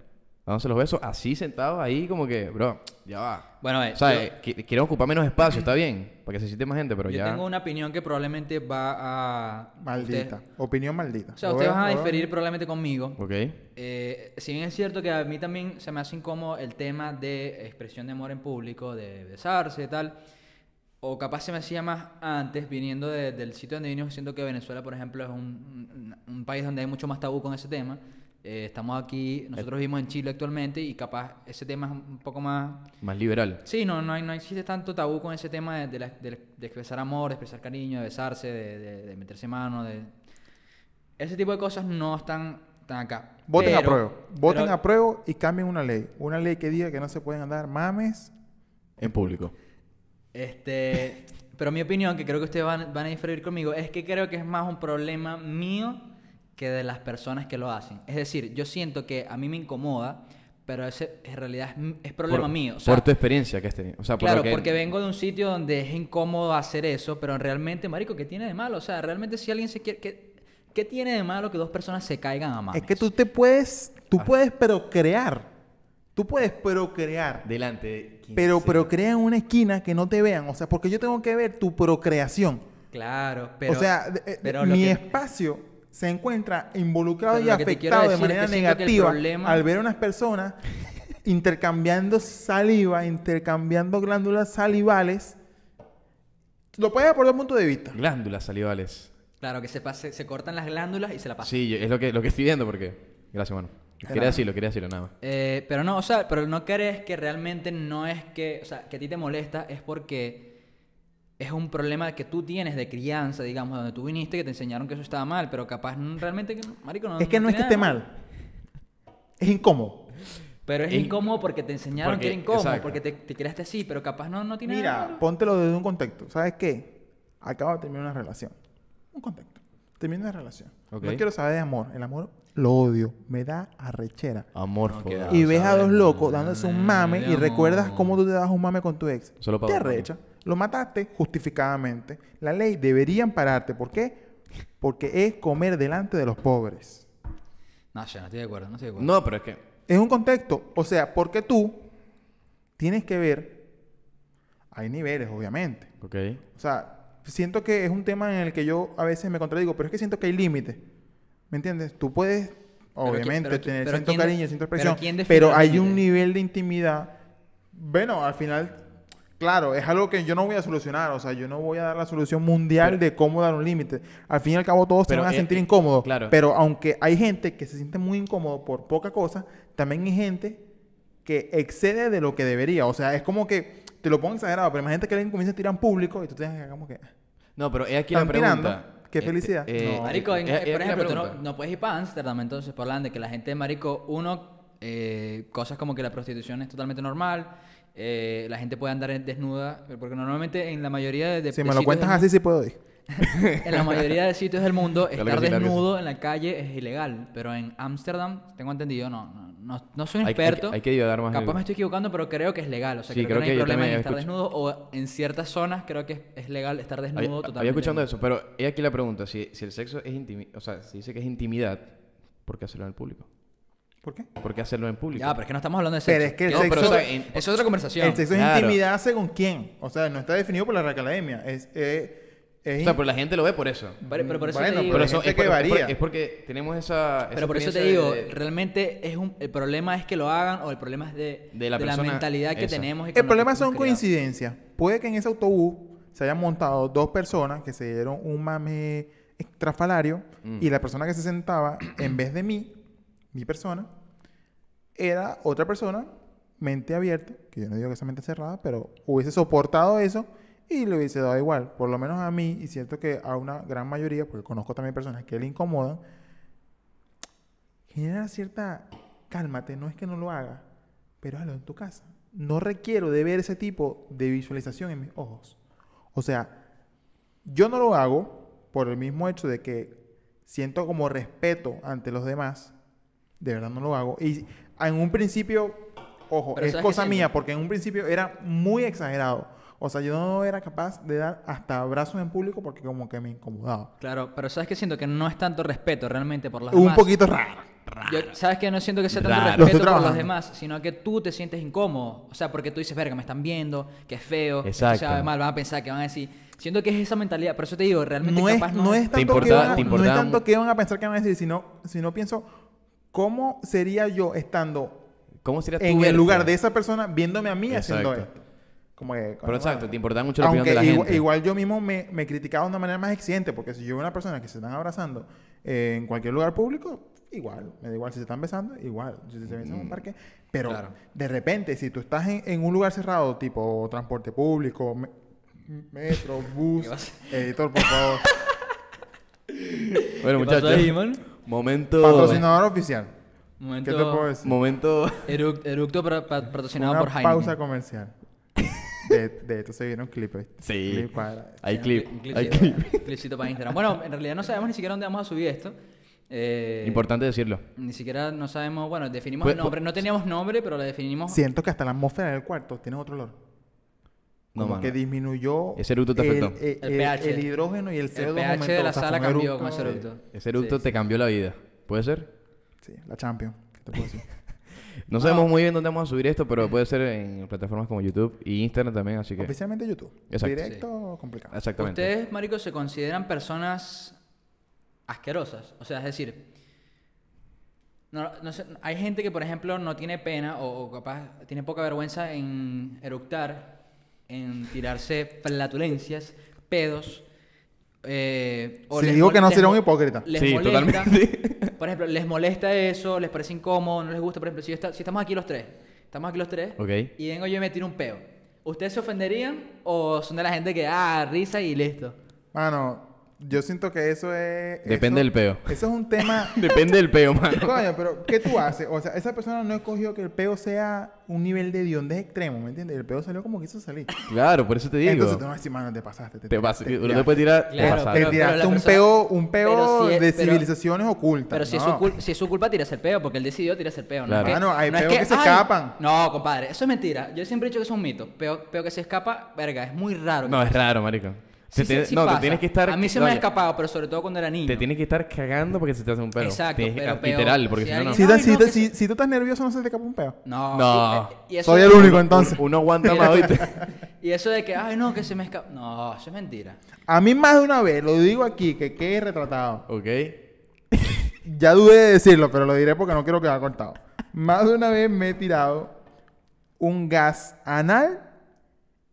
[SPEAKER 3] dándose los besos, así sentado ahí como que, bro, ya va.
[SPEAKER 1] Bueno, eh,
[SPEAKER 3] o sea,
[SPEAKER 1] yo-
[SPEAKER 3] eh, qui- quiero ocupar menos espacio, está bien, para que se siente más gente, pero
[SPEAKER 1] Yo
[SPEAKER 3] ya...
[SPEAKER 1] tengo una opinión que probablemente va a...
[SPEAKER 2] Maldita.
[SPEAKER 1] Ustedes-
[SPEAKER 2] Opinión maldita.
[SPEAKER 1] o sea,
[SPEAKER 2] Lo
[SPEAKER 1] ustedes
[SPEAKER 2] veo-
[SPEAKER 1] van a
[SPEAKER 2] lo veo.
[SPEAKER 1] diferir probablemente conmigo.
[SPEAKER 3] Ok,
[SPEAKER 1] Eh, si bien es cierto que a mí también se me hace incómodo el tema de expresión de amor en público, de besarse y tal, o capaz se me hacía más antes, viniendo de- del sitio donde vinimos, siento que Venezuela, por ejemplo, es un, un- un país donde hay mucho más tabú con ese tema. Eh, estamos aquí, nosotros vivimos en Chile actualmente y capaz ese tema es un poco más...
[SPEAKER 3] Más liberal.
[SPEAKER 1] Sí, no, no, hay- no existe tanto tabú con ese tema de, de la- de la- de expresar amor, de expresar cariño, de besarse, de, de- de meterse mano, de... Ese tipo de cosas no están tan acá.
[SPEAKER 2] Voten a
[SPEAKER 1] Pero-
[SPEAKER 2] prueba. Voten
[SPEAKER 1] pero-
[SPEAKER 2] a prueba y cambien una ley. Una ley que diga que no se pueden andar mames.
[SPEAKER 3] En público.
[SPEAKER 1] Este, pero mi opinión, que creo que ustedes van, van a diferir conmigo, es que creo que es más un problema mío que de las personas que lo hacen. Es decir, yo siento que a mí me incomoda, pero ese en realidad es, m- es problema
[SPEAKER 3] Por-
[SPEAKER 1] mío. O sea,
[SPEAKER 3] por tu experiencia que has tenido. O
[SPEAKER 2] Ah,
[SPEAKER 3] sea, por
[SPEAKER 1] claro,
[SPEAKER 3] lo que-
[SPEAKER 1] porque vengo de un sitio donde es incómodo hacer eso, pero realmente, marico, ¿qué tiene de malo? O sea, realmente si alguien se quiere... ¿Qué, qué tiene de malo que dos personas se caigan a mames?
[SPEAKER 2] Es que tú te puedes, tú
[SPEAKER 3] Ah.
[SPEAKER 2] puedes procrear. Tú puedes procrear.
[SPEAKER 3] Delante de quien
[SPEAKER 2] Pero
[SPEAKER 3] sea.
[SPEAKER 2] procrea en una esquina que no te vean. O sea, porque yo tengo que ver tu procreación.
[SPEAKER 1] Claro, pero...
[SPEAKER 2] o sea, de- eh,
[SPEAKER 1] pero lo
[SPEAKER 2] mi
[SPEAKER 1] que-
[SPEAKER 2] espacio se encuentra involucrado
[SPEAKER 1] Pero
[SPEAKER 2] y
[SPEAKER 1] lo que te quiero
[SPEAKER 2] afectado de
[SPEAKER 1] decir es que
[SPEAKER 2] manera
[SPEAKER 1] siento que el
[SPEAKER 2] negativa
[SPEAKER 1] problema-
[SPEAKER 2] al ver a unas personas intercambiando saliva, intercambiando glándulas salivales. Lo puedes ver por dos puntos de vista.
[SPEAKER 3] Glándulas salivales.
[SPEAKER 1] Claro, que se, pase- se cortan las glándulas y se la pasan.
[SPEAKER 3] Sí, yo- es lo que, lo que estoy viendo porque... Gracias, mano. Quería decirlo, quería decirlo, nada más.
[SPEAKER 1] Eh, pero no, o sea, pero no crees que realmente no es que, o sea, que a ti te molesta es porque es un problema que tú tienes de crianza, digamos, donde tú viniste que te enseñaron que eso estaba mal, pero capaz n- realmente, que no, marico, no.
[SPEAKER 2] es que no, es que
[SPEAKER 1] tiene
[SPEAKER 2] esté
[SPEAKER 1] nada de malo.
[SPEAKER 2] mal. Es incómodo.
[SPEAKER 1] Pero es
[SPEAKER 3] Es-
[SPEAKER 1] incómodo porque te enseñaron
[SPEAKER 3] porque-
[SPEAKER 1] que era incómodo,
[SPEAKER 3] exacto.
[SPEAKER 1] porque te, te creaste así, pero capaz no, no tiene nada de
[SPEAKER 2] Mira,
[SPEAKER 1] malo.
[SPEAKER 2] póntelo desde un contexto. ¿Sabes qué? Acabo de terminar una relación. Un contexto. Termino una relación.
[SPEAKER 3] Ok.
[SPEAKER 2] No quiero saber de amor. El amor lo odio. Me da arrechera.
[SPEAKER 3] Amorfo.
[SPEAKER 1] Ok.
[SPEAKER 3] da-
[SPEAKER 2] y ves a
[SPEAKER 1] saber
[SPEAKER 2] dos locos
[SPEAKER 1] nada
[SPEAKER 2] dándose un mame
[SPEAKER 1] de
[SPEAKER 2] y recuerdas
[SPEAKER 1] amor.
[SPEAKER 2] cómo tú te das un mame con tu ex.
[SPEAKER 3] Solo pa'
[SPEAKER 2] te
[SPEAKER 3] Bad Bunny.
[SPEAKER 2] arrecha. Lo mataste justificadamente. La ley deberían pararte. ¿Por qué? Porque es comer delante de los pobres.
[SPEAKER 1] No, yo no estoy de acuerdo, no estoy de acuerdo.
[SPEAKER 3] No, pero es que...
[SPEAKER 2] Es un contexto. O sea, porque tú tienes que ver. Hay niveles, obviamente.
[SPEAKER 3] Ok.
[SPEAKER 2] O sea, siento que es un tema en el que yo a veces me contradigo, pero es que siento que hay límites. ¿Me entiendes? Tú puedes,
[SPEAKER 1] qui-
[SPEAKER 2] obviamente,
[SPEAKER 1] pero qui-
[SPEAKER 2] tener
[SPEAKER 1] pero
[SPEAKER 2] cierto
[SPEAKER 1] ¿quién-
[SPEAKER 2] cariño, cierta
[SPEAKER 1] pero
[SPEAKER 2] expresión,
[SPEAKER 1] quién define
[SPEAKER 2] pero,
[SPEAKER 1] los
[SPEAKER 2] hay un
[SPEAKER 1] límites?
[SPEAKER 2] nivel de intimidad. Bueno, al final, claro, es algo que yo no voy a solucionar. O sea, yo no voy a dar la solución mundial de cómo dar un límite. Al fin y al cabo, todos se
[SPEAKER 3] pero
[SPEAKER 2] van a
[SPEAKER 3] es-
[SPEAKER 2] sentir incómodos.
[SPEAKER 3] claro.
[SPEAKER 2] Pero aunque hay gente que se siente muy incómodo por poca cosa, también hay gente que excede de lo que debería. O sea, es como que te lo pongo exagerado, pero imagínate que alguien comienza a tirar en público y tú tienes que como que.
[SPEAKER 3] No, pero es aquí la
[SPEAKER 2] Están
[SPEAKER 3] pregunta.
[SPEAKER 2] tirando. Qué
[SPEAKER 3] Este,
[SPEAKER 2] felicidad.
[SPEAKER 3] eh,
[SPEAKER 2] No.
[SPEAKER 1] Marico, en-
[SPEAKER 3] eh, eh,
[SPEAKER 1] por
[SPEAKER 3] aquí la
[SPEAKER 1] ejemplo, tú no,
[SPEAKER 3] pregunta.
[SPEAKER 1] no puedes ir para Ámsterdam, entonces, por Holanda, que la gente, marico, uno, eh, cosas como que la prostitución es totalmente normal, eh, la gente puede andar en- desnuda, porque normalmente en la mayoría de... de-
[SPEAKER 2] Si
[SPEAKER 1] de
[SPEAKER 2] me lo
[SPEAKER 1] sitios
[SPEAKER 2] cuentas
[SPEAKER 1] del-
[SPEAKER 2] así, sí puedo ir.
[SPEAKER 1] en la mayoría de sitios del mundo,
[SPEAKER 3] Claro que
[SPEAKER 1] estar
[SPEAKER 3] sí, claro que
[SPEAKER 1] desnudo en la calle es ilegal, pero en Ámsterdam, tengo entendido, no, no, no, no soy un
[SPEAKER 3] Hay- hay que-
[SPEAKER 1] experto.
[SPEAKER 3] hay que divagar más en
[SPEAKER 1] Capaz
[SPEAKER 3] el-
[SPEAKER 1] me estoy equivocando, pero creo que es legal, o sea,
[SPEAKER 3] Sí,
[SPEAKER 1] creo,
[SPEAKER 3] creo
[SPEAKER 1] que no
[SPEAKER 3] que
[SPEAKER 1] hay
[SPEAKER 3] yo
[SPEAKER 1] problema en
[SPEAKER 3] también
[SPEAKER 1] estar
[SPEAKER 3] había
[SPEAKER 1] desnudo, o en ciertas zonas creo que es, es legal estar desnudo
[SPEAKER 3] Había-
[SPEAKER 1] totalmente.
[SPEAKER 3] Había escuchando
[SPEAKER 1] desnudo.
[SPEAKER 3] eso, pero he aquí la pregunta, si, si el sexo es intimidad, o sea, si dice que es intimidad, ¿por qué hacerlo en el público?
[SPEAKER 2] ¿Por qué?
[SPEAKER 3] ¿Por qué hacerlo en público?
[SPEAKER 1] Ya, pero es que no estamos hablando de sexo.
[SPEAKER 2] Pero es que el
[SPEAKER 3] No,
[SPEAKER 2] sexo,
[SPEAKER 3] pero, o sea, en-
[SPEAKER 1] Es otra conversación.
[SPEAKER 2] el sexo es
[SPEAKER 3] Claro.
[SPEAKER 2] intimidad según quién. O sea, no está definido por la Real academia. Es, eh, es
[SPEAKER 3] o sea, pero la gente lo ve por eso.
[SPEAKER 1] Pero, pero por eso
[SPEAKER 2] Bueno,
[SPEAKER 1] te digo,
[SPEAKER 3] Pero
[SPEAKER 2] hay
[SPEAKER 3] eso
[SPEAKER 2] gente
[SPEAKER 3] es, por-
[SPEAKER 2] que
[SPEAKER 3] es por-
[SPEAKER 2] varía.
[SPEAKER 3] es porque tenemos esa... esa
[SPEAKER 1] pero por eso te
[SPEAKER 3] experiencia
[SPEAKER 1] digo,
[SPEAKER 3] de- de-
[SPEAKER 1] realmente es un, el problema es que lo hagan o el problema es de,
[SPEAKER 3] De la persona,
[SPEAKER 1] mentalidad que
[SPEAKER 3] eso.
[SPEAKER 1] tenemos. y con
[SPEAKER 2] El
[SPEAKER 1] lo
[SPEAKER 2] problema
[SPEAKER 1] que fuimos
[SPEAKER 2] son
[SPEAKER 1] criados.
[SPEAKER 2] coincidencias. Puede que en ese autobús se hayan montado dos personas que se dieron un mame extrafalario
[SPEAKER 1] Mm.
[SPEAKER 2] y la persona que se sentaba en vez de mí, mi persona, era otra persona, mente abierta, que yo no digo que sea mente cerrada, pero hubiese soportado eso y le hubiese dado igual. Por lo menos a mí, y siento que a una gran mayoría, porque conozco también personas que le incomodan, genera cierta cálmate, no es que no lo haga, pero hazlo en tu casa. No requiero de ver ese tipo de visualización en mis ojos. O sea, yo no lo hago por el mismo hecho de que siento como respeto ante los demás. De verdad no lo hago. Y en un principio, ojo,
[SPEAKER 1] Pero
[SPEAKER 2] es
[SPEAKER 1] ¿sabes qué
[SPEAKER 2] cosa
[SPEAKER 1] siento?
[SPEAKER 2] mía, porque en un principio era muy exagerado. O sea, yo no era capaz de dar hasta abrazos en público porque como que me incomodaba.
[SPEAKER 1] Claro, pero sabes que siento que no es tanto respeto realmente por las
[SPEAKER 2] Un
[SPEAKER 1] demás.
[SPEAKER 2] poquito raro.
[SPEAKER 1] Yo- sabes que no siento que sea tanto
[SPEAKER 3] Raro.
[SPEAKER 2] Lo
[SPEAKER 1] respeto
[SPEAKER 2] estoy
[SPEAKER 1] por los
[SPEAKER 2] trabajando.
[SPEAKER 1] demás, sino que tú te sientes incómodo. O sea, porque tú dices, verga, me están viendo, que es feo, esto se
[SPEAKER 3] Exacto.
[SPEAKER 1] va a ver mal, van a pensar que van a decir. Siento que es esa mentalidad, por eso te digo, realmente
[SPEAKER 2] no es,
[SPEAKER 1] capaz
[SPEAKER 2] no es tanto que
[SPEAKER 3] importa-
[SPEAKER 2] van a,
[SPEAKER 3] te
[SPEAKER 2] no
[SPEAKER 3] importa
[SPEAKER 2] es tanto
[SPEAKER 3] mu-
[SPEAKER 2] que van a pensar que van a decir, sino, sino pienso, ¿cómo sería yo estando
[SPEAKER 3] ¿Cómo sería tu
[SPEAKER 2] en el
[SPEAKER 3] verte?
[SPEAKER 1] pues.
[SPEAKER 2] lugar de esa persona viéndome a mí haciendo
[SPEAKER 3] Exacto.
[SPEAKER 2] esto? Como que...
[SPEAKER 3] Pero exacto, te importaba mucho la
[SPEAKER 2] Aunque
[SPEAKER 3] opinión de la
[SPEAKER 2] igua-
[SPEAKER 3] gente.
[SPEAKER 2] igual yo mismo me, me criticaba de una manera más exigente, porque si yo veo una persona que se están abrazando eh, en cualquier lugar público, igual, me da igual si se están besando, igual, si se besan
[SPEAKER 3] Mm,
[SPEAKER 2] en un parque, pero
[SPEAKER 1] Claro.
[SPEAKER 2] de repente, si tú estás en, en un lugar cerrado, tipo transporte público, me- metro, bus,
[SPEAKER 1] ¿Qué vas
[SPEAKER 2] editor, por favor,
[SPEAKER 3] Bueno,
[SPEAKER 1] ¿Qué pasó
[SPEAKER 3] muchachos.
[SPEAKER 1] ahí, man?
[SPEAKER 3] Momento.
[SPEAKER 2] patrocinador oficial,
[SPEAKER 1] Momento
[SPEAKER 2] ¿qué te puedo decir?
[SPEAKER 3] Momento.
[SPEAKER 1] eruc- eructo pra- pa- patrocinado
[SPEAKER 2] Una
[SPEAKER 1] por Jaime.
[SPEAKER 2] pausa comercial. De, de esto se vieron clipes.
[SPEAKER 3] Sí.
[SPEAKER 2] Clip para-
[SPEAKER 3] Hay clip. Hay clip.
[SPEAKER 1] clip. Clipcito para Instagram. Bueno, en realidad no sabemos ni siquiera dónde vamos a subir esto. Eh,
[SPEAKER 3] Importante decirlo.
[SPEAKER 1] Ni siquiera no sabemos, bueno, definimos
[SPEAKER 3] Pues-
[SPEAKER 1] el nombre. No teníamos nombre, pero lo definimos.
[SPEAKER 2] Siento que hasta la atmósfera del cuarto tiene otro olor.
[SPEAKER 3] No,
[SPEAKER 2] Como
[SPEAKER 3] mano.
[SPEAKER 2] que disminuyó.
[SPEAKER 3] Ese eructo te
[SPEAKER 2] el-
[SPEAKER 3] afectó.
[SPEAKER 2] El,
[SPEAKER 1] El
[SPEAKER 2] el-
[SPEAKER 1] pH.
[SPEAKER 2] el hidrógeno y el CO2.
[SPEAKER 1] el pH de
[SPEAKER 2] aumentó,
[SPEAKER 1] la
[SPEAKER 2] o sea, fue
[SPEAKER 1] sala
[SPEAKER 2] un
[SPEAKER 1] cambió
[SPEAKER 2] eructo-
[SPEAKER 1] con ese eructo.
[SPEAKER 3] Ese eructo
[SPEAKER 1] Sí,
[SPEAKER 3] te cambió la vida. ¿Puede ser?
[SPEAKER 2] Sí, la Champions. ¿Qué te puedo decir?
[SPEAKER 3] No sabemos muy bien dónde vamos a subir esto, pero puede ser en plataformas como YouTube y Instagram también, así que.
[SPEAKER 2] Oficialmente YouTube.
[SPEAKER 3] Exacto.
[SPEAKER 2] Directo, complicado.
[SPEAKER 3] Exactamente.
[SPEAKER 1] Ustedes, maricos, se consideran personas asquerosas. O sea, es decir, no, no sé, hay gente que, por ejemplo, no tiene pena o, o capaz tiene poca vergüenza en eructar, en tirarse flatulencias, pedos. eh,
[SPEAKER 2] Si
[SPEAKER 1] les
[SPEAKER 2] digo
[SPEAKER 1] mol-
[SPEAKER 2] que no,
[SPEAKER 1] les
[SPEAKER 2] sería un
[SPEAKER 1] mo-
[SPEAKER 2] hipócrita.
[SPEAKER 1] Les
[SPEAKER 3] Sí,
[SPEAKER 1] molesta,
[SPEAKER 3] totalmente.
[SPEAKER 1] Por ejemplo, les molesta eso, les parece incómodo, no les gusta. Por ejemplo, si, yo esta- si estamos aquí los tres, estamos aquí los tres,
[SPEAKER 3] Ok.
[SPEAKER 1] y vengo yo y me tiro un peo. ¿Ustedes se ofenderían o son de la gente que, ah, risa y listo?
[SPEAKER 2] Mano, yo siento que eso es.
[SPEAKER 3] Depende
[SPEAKER 2] eso-
[SPEAKER 3] del peo.
[SPEAKER 2] Eso es un tema.
[SPEAKER 3] Depende del peo, mano.
[SPEAKER 2] Coño, pero ¿qué tú haces? O sea, esa persona no escogió que el peo sea un nivel de diondez extremo, ¿me entiendes? El peo salió como quiso salir.
[SPEAKER 3] Claro, por eso te digo.
[SPEAKER 2] Entonces tú no vas a decir, mano, te pasaste.
[SPEAKER 3] te vas, uno te
[SPEAKER 2] tiraste".
[SPEAKER 3] puede tirar.
[SPEAKER 1] Claro,
[SPEAKER 3] te
[SPEAKER 2] Te
[SPEAKER 1] pero-
[SPEAKER 3] pasaste.
[SPEAKER 1] pero
[SPEAKER 2] tiraste
[SPEAKER 1] la
[SPEAKER 2] un
[SPEAKER 1] persona-
[SPEAKER 2] peo, un peo
[SPEAKER 1] pero si es-
[SPEAKER 2] de
[SPEAKER 1] pero-
[SPEAKER 2] civilizaciones ocultas.
[SPEAKER 1] Pero si, es
[SPEAKER 2] no.
[SPEAKER 1] su culpa, si es su culpa tirarse el peo, porque él decidió tirarse el peo.
[SPEAKER 3] Claro.
[SPEAKER 1] No, es
[SPEAKER 2] Mano, hay
[SPEAKER 1] no es
[SPEAKER 2] peos que se
[SPEAKER 1] "Ay".
[SPEAKER 2] escapan.
[SPEAKER 1] No, compadre, eso es mentira. Yo siempre he dicho que es un mito. Peo, peo que se escapa, verga, es muy raro.
[SPEAKER 3] No, es raro, marico.
[SPEAKER 1] Sí,
[SPEAKER 3] Te
[SPEAKER 1] sí,
[SPEAKER 3] tiene-
[SPEAKER 1] sí
[SPEAKER 3] no,
[SPEAKER 1] pasa.
[SPEAKER 3] te tienes que estar.
[SPEAKER 1] A mí se me ha
[SPEAKER 3] oye,
[SPEAKER 1] escapado, pero sobre todo cuando era niño.
[SPEAKER 3] Te tienes que estar cagando porque se te hace un pelo.
[SPEAKER 1] Exacto,
[SPEAKER 3] Tienes que-
[SPEAKER 1] pero
[SPEAKER 3] ah,
[SPEAKER 1] peo,
[SPEAKER 3] Literal, porque
[SPEAKER 1] si
[SPEAKER 3] si no, no.
[SPEAKER 1] alguien-
[SPEAKER 2] Si, te-
[SPEAKER 1] Ay,
[SPEAKER 2] si
[SPEAKER 1] no,
[SPEAKER 2] te-
[SPEAKER 1] que
[SPEAKER 2] si- si tú estás nervioso, no se te escapa un peo.
[SPEAKER 1] No.
[SPEAKER 3] No.
[SPEAKER 1] y- y eso
[SPEAKER 2] Soy
[SPEAKER 1] de-
[SPEAKER 2] el único, entonces.
[SPEAKER 3] Uno aguanta más, ¿oíste?
[SPEAKER 1] Y eso de que, ay, no, que se me escapa. No, eso es mentira.
[SPEAKER 2] A mí más de una vez, lo digo aquí, que quede retratado.
[SPEAKER 3] ok.
[SPEAKER 2] Ya dudé de decirlo, pero lo diré porque no quiero quedar cortado. Más de una vez me he tirado un gas anal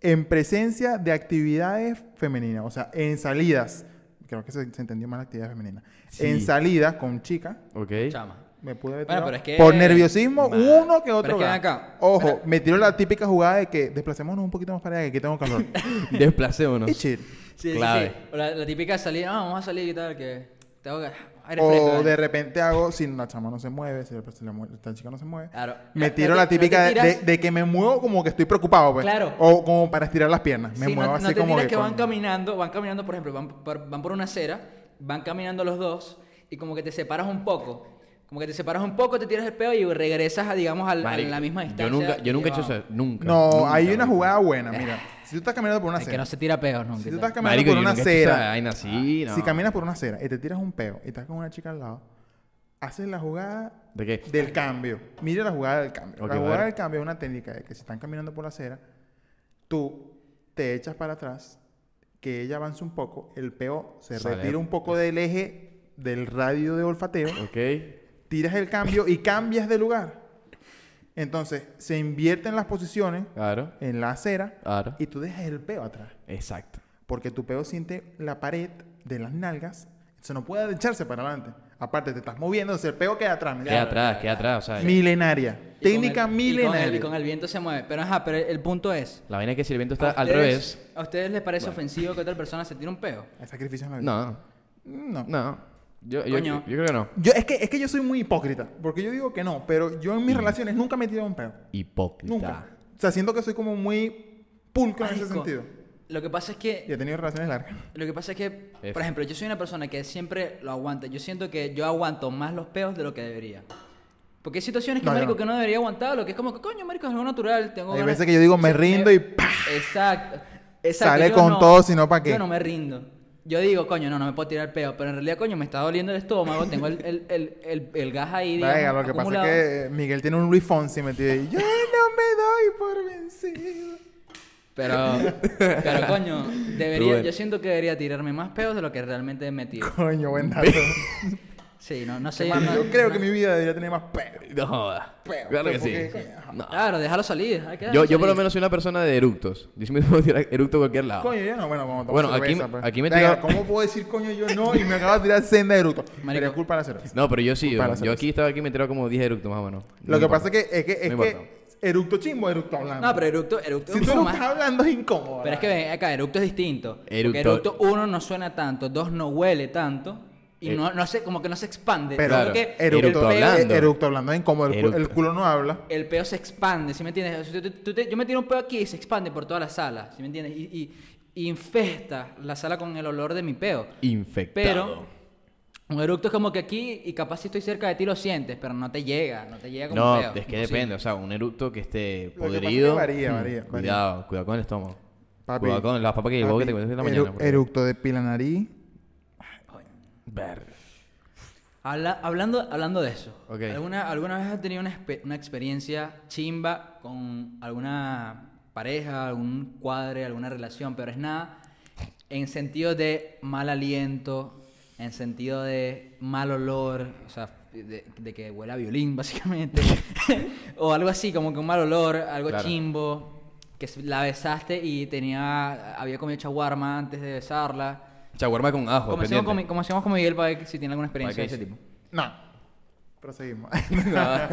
[SPEAKER 2] en presencia de actividades femeninas. O sea, en salidas. Creo que se, se entendió mal actividad femenina.
[SPEAKER 3] Sí.
[SPEAKER 2] En salidas con chicas.
[SPEAKER 3] Ok.
[SPEAKER 1] Chama.
[SPEAKER 2] Me pude haber
[SPEAKER 1] Bueno,
[SPEAKER 2] tirado
[SPEAKER 1] pero es que-
[SPEAKER 2] Por nerviosismo,
[SPEAKER 1] Ma-
[SPEAKER 2] uno que
[SPEAKER 1] pero
[SPEAKER 2] otro.
[SPEAKER 1] es que ven
[SPEAKER 2] gas.
[SPEAKER 1] acá.
[SPEAKER 2] Ojo, me tiró la típica jugada de que desplacémonos un poquito más para allá, que aquí tengo calor.
[SPEAKER 3] Desplacémonos.
[SPEAKER 2] y chill.
[SPEAKER 1] Sí, sí,
[SPEAKER 3] Clave.
[SPEAKER 1] sí. O la, la típica salida, ah, vamos a salir y tal, que tengo que. Aire fresco.
[SPEAKER 2] O
[SPEAKER 1] dale.
[SPEAKER 2] de repente hago, si la chama no se mueve, si la, si la mu- la chica no se mueve,
[SPEAKER 1] Claro.
[SPEAKER 2] me
[SPEAKER 1] No-
[SPEAKER 2] tiro
[SPEAKER 1] no te-
[SPEAKER 2] la
[SPEAKER 1] no te
[SPEAKER 2] típica de- de,
[SPEAKER 1] tiras-
[SPEAKER 2] de que me muevo como que estoy preocupado, pues.
[SPEAKER 1] Claro.
[SPEAKER 2] O como para estirar las piernas. Me
[SPEAKER 1] Sí,
[SPEAKER 2] muevo
[SPEAKER 1] no,
[SPEAKER 2] así
[SPEAKER 1] no te
[SPEAKER 2] como
[SPEAKER 1] digas
[SPEAKER 2] que.
[SPEAKER 1] que, van
[SPEAKER 2] coño.
[SPEAKER 1] caminando, van caminando, por ejemplo, van por, van por una acera, van caminando los dos y como que te separas un poco. Como que te separas un poco, te tiras el peo y regresas, a, digamos, al- a
[SPEAKER 3] Marico,
[SPEAKER 1] la misma distancia.
[SPEAKER 3] Yo nunca, yo nunca he hecho
[SPEAKER 1] llevado.
[SPEAKER 3] eso. Nunca.
[SPEAKER 2] No,
[SPEAKER 3] nunca,
[SPEAKER 2] hay una
[SPEAKER 3] marico.
[SPEAKER 2] jugada buena, mira. Si tú estás caminando por una
[SPEAKER 1] El Ah. que
[SPEAKER 2] acera,
[SPEAKER 1] no se tira peos nunca.
[SPEAKER 2] si tú estás caminando
[SPEAKER 3] Marico,
[SPEAKER 2] por
[SPEAKER 3] yo
[SPEAKER 2] una Ah,
[SPEAKER 3] nunca he hecho esa
[SPEAKER 2] acera,
[SPEAKER 3] vaina así, no.
[SPEAKER 2] si caminas por una acera y te tiras un peo y estás con una chica al lado, haces la jugada
[SPEAKER 3] ¿De qué?
[SPEAKER 2] del cambio. Mira la jugada del cambio.
[SPEAKER 3] Ok,
[SPEAKER 2] la jugada
[SPEAKER 3] vale.
[SPEAKER 2] del cambio es una técnica de que si están caminando por la acera, tú te echas para atrás, que ella avance un poco, el peo se
[SPEAKER 3] Sale.
[SPEAKER 2] retira un poco del eje del radio de olfateo,
[SPEAKER 3] Ok.
[SPEAKER 2] tiras el cambio y cambias de lugar. Entonces, se invierten las posiciones
[SPEAKER 3] Claro.
[SPEAKER 2] en la acera
[SPEAKER 3] Claro.
[SPEAKER 2] y tú dejas el peo atrás,
[SPEAKER 3] Exacto.
[SPEAKER 2] porque tu peo siente la pared de las nalgas, entonces no puede echarse para adelante. Aparte, te estás moviendo, entonces el peo queda atrás. mira.
[SPEAKER 3] Queda atrás, queda atrás. O sea,
[SPEAKER 2] Milenaria.
[SPEAKER 1] Y con
[SPEAKER 2] Técnica
[SPEAKER 1] el- y con el-
[SPEAKER 2] milenaria.
[SPEAKER 1] Y con el viento se mueve. Pero ajá, pero el punto es.
[SPEAKER 3] la vaina es que si el viento
[SPEAKER 1] ¿a
[SPEAKER 3] está al
[SPEAKER 1] ustedes-
[SPEAKER 3] revés.
[SPEAKER 1] ¿A ustedes les parece ofensivo que otra persona se tire un peo?
[SPEAKER 2] Hay sacrificios en la vida.
[SPEAKER 3] No,
[SPEAKER 2] No.
[SPEAKER 3] no. Yo, yo,
[SPEAKER 1] Coño.
[SPEAKER 3] yo creo que no.
[SPEAKER 2] Yo, es, que, es que yo soy muy hipócrita. Porque yo digo que no, pero yo en
[SPEAKER 1] Mm.
[SPEAKER 2] mis relaciones nunca me he tirado un peo.
[SPEAKER 3] Hipócrita.
[SPEAKER 2] Nunca. O sea, siento que soy como muy pulcro en ese
[SPEAKER 1] Marico,
[SPEAKER 2] sentido.
[SPEAKER 1] Lo que pasa es que
[SPEAKER 2] Y he tenido relaciones largas.
[SPEAKER 1] Lo que pasa es que,
[SPEAKER 3] F.
[SPEAKER 1] por ejemplo, yo soy una persona que siempre lo aguanta. Yo siento que yo aguanto más los peos de lo que debería. Porque hay situaciones que,
[SPEAKER 2] No, yo
[SPEAKER 1] marico,
[SPEAKER 2] no.
[SPEAKER 1] que no debería aguantar, lo que es como que, coño, marico, es algo natural. Tengo
[SPEAKER 2] Hay
[SPEAKER 1] ganas-
[SPEAKER 2] veces que yo digo, me
[SPEAKER 1] Sí,
[SPEAKER 2] rindo y ¡pa!
[SPEAKER 1] Exacto. exacto,
[SPEAKER 2] Sale
[SPEAKER 1] yo
[SPEAKER 2] con todo, si no, ¿pa' qué?
[SPEAKER 1] Yo no me rindo. Yo digo, coño, no, no me puedo tirar peo. Pero en realidad, coño, me está doliendo el estómago. Tengo el, el, el, el, el gas ahí, digamos,
[SPEAKER 2] Venga, lo que pasa
[SPEAKER 1] acumulado.
[SPEAKER 2] es que eh, Miguel tiene un Luis Fonsi metido ahí. Yo no me doy por vencido.
[SPEAKER 1] Pero, pero coño, debería,
[SPEAKER 3] Rubén.
[SPEAKER 1] yo siento que debería tirarme más peos de lo que realmente me tiro.
[SPEAKER 2] Coño, buen dato.
[SPEAKER 1] Sí, no, no sé.
[SPEAKER 2] Mami,
[SPEAKER 1] no-
[SPEAKER 2] yo creo que mi vida debería tener más pedo.
[SPEAKER 3] No jodas.
[SPEAKER 2] Pero,
[SPEAKER 3] Claro que
[SPEAKER 2] pero,
[SPEAKER 3] sí.
[SPEAKER 2] ¿por qué? Coño,
[SPEAKER 3] No.
[SPEAKER 1] Claro, déjalo salir. hay que
[SPEAKER 3] Yo,
[SPEAKER 1] dejarlo
[SPEAKER 3] yo por lo
[SPEAKER 1] salir.
[SPEAKER 3] menos soy una persona de eructos. Yo sí me puedo tirar eructo a cualquier lado.
[SPEAKER 2] Coño, yo no, bueno, vamos a tomar
[SPEAKER 3] Ah, Bueno, aquí
[SPEAKER 2] cerveza,
[SPEAKER 3] me-
[SPEAKER 2] pues.
[SPEAKER 3] aquí me
[SPEAKER 2] Venga,
[SPEAKER 3] tira-
[SPEAKER 2] ¿Cómo puedo decir coño yo no y me acabo de tirar senda de eructo?
[SPEAKER 1] Marico.
[SPEAKER 2] Pero es culpa de la cerveza.
[SPEAKER 3] No, pero yo sí.
[SPEAKER 2] Culpa de la
[SPEAKER 3] Yo, yo
[SPEAKER 2] cerveza.
[SPEAKER 3] aquí estaba aquí me he tirado como 10 eructos más o menos.
[SPEAKER 2] Lo que pasa es que es que, es
[SPEAKER 3] No importa.
[SPEAKER 2] que eructo chimbo, eructo hablando.
[SPEAKER 1] No, pero eructo, eructo
[SPEAKER 2] si
[SPEAKER 1] es
[SPEAKER 2] tú
[SPEAKER 1] mucho
[SPEAKER 2] no
[SPEAKER 1] más-
[SPEAKER 2] estás hablando es incómodo.
[SPEAKER 1] Pero es que ven, acá, eructo es distinto. Porque
[SPEAKER 3] Eructo-
[SPEAKER 1] eructo, uno, no suena tanto. Dos, no huele tanto. Y
[SPEAKER 3] Eh.
[SPEAKER 1] no, no se, como que no se expande.
[SPEAKER 2] Pero
[SPEAKER 1] Creo
[SPEAKER 3] Claro.
[SPEAKER 1] que
[SPEAKER 2] eructo,
[SPEAKER 1] el peo-
[SPEAKER 3] hablando.
[SPEAKER 2] eructo hablando es incómodo. El, cu-
[SPEAKER 3] Eructo.
[SPEAKER 2] el culo no habla.
[SPEAKER 1] el peo se expande, ¿sí me entiendes? O sea, tú- tú te- yo me tiro un peo aquí y se expande por toda la sala, ¿sí me entiendes? Y, y- y infesta la sala con el olor de mi peo.
[SPEAKER 3] Infectado.
[SPEAKER 1] Pero un eructo es como que aquí y capaz si estoy cerca de ti lo sientes, pero no te llega, no te llega como
[SPEAKER 3] no,
[SPEAKER 1] un peo.
[SPEAKER 3] es que
[SPEAKER 1] imposible.
[SPEAKER 3] depende. O sea, un eructo que esté
[SPEAKER 2] Lo que pasa es que
[SPEAKER 3] podrido.
[SPEAKER 2] varía,
[SPEAKER 3] mm,
[SPEAKER 2] varía, varía.
[SPEAKER 3] Cuidado, cuidado con el estómago.
[SPEAKER 2] Papi,
[SPEAKER 3] cuidado con las papas que llegó que te
[SPEAKER 2] Papi,
[SPEAKER 3] comiste esta
[SPEAKER 2] eru-
[SPEAKER 3] mañana. pues. por favor.
[SPEAKER 2] Eructo de pila nariz.
[SPEAKER 3] Ver.
[SPEAKER 1] Habla- hablando, hablando de eso,
[SPEAKER 3] Ok.
[SPEAKER 1] ¿alguna, ¿alguna vez has tenido una, espe- una experiencia chimba con alguna pareja, algún cuadre, alguna relación? Pero es nada en sentido de mal aliento, en sentido de mal olor, o sea, de, de que huele a violín, básicamente. o algo así, como que un mal olor, algo
[SPEAKER 3] Claro.
[SPEAKER 1] chimbo, que la besaste y tenía había comido chaguarma antes de besarla.
[SPEAKER 3] Chaguarma con ajo.
[SPEAKER 1] Comencemos con, mi-
[SPEAKER 3] pendiente.
[SPEAKER 1] comencemos con Miguel para ver si tiene alguna experiencia de
[SPEAKER 3] Ok,
[SPEAKER 1] ese
[SPEAKER 3] sí.
[SPEAKER 1] tipo.
[SPEAKER 2] No. Proseguimos.
[SPEAKER 3] Nada,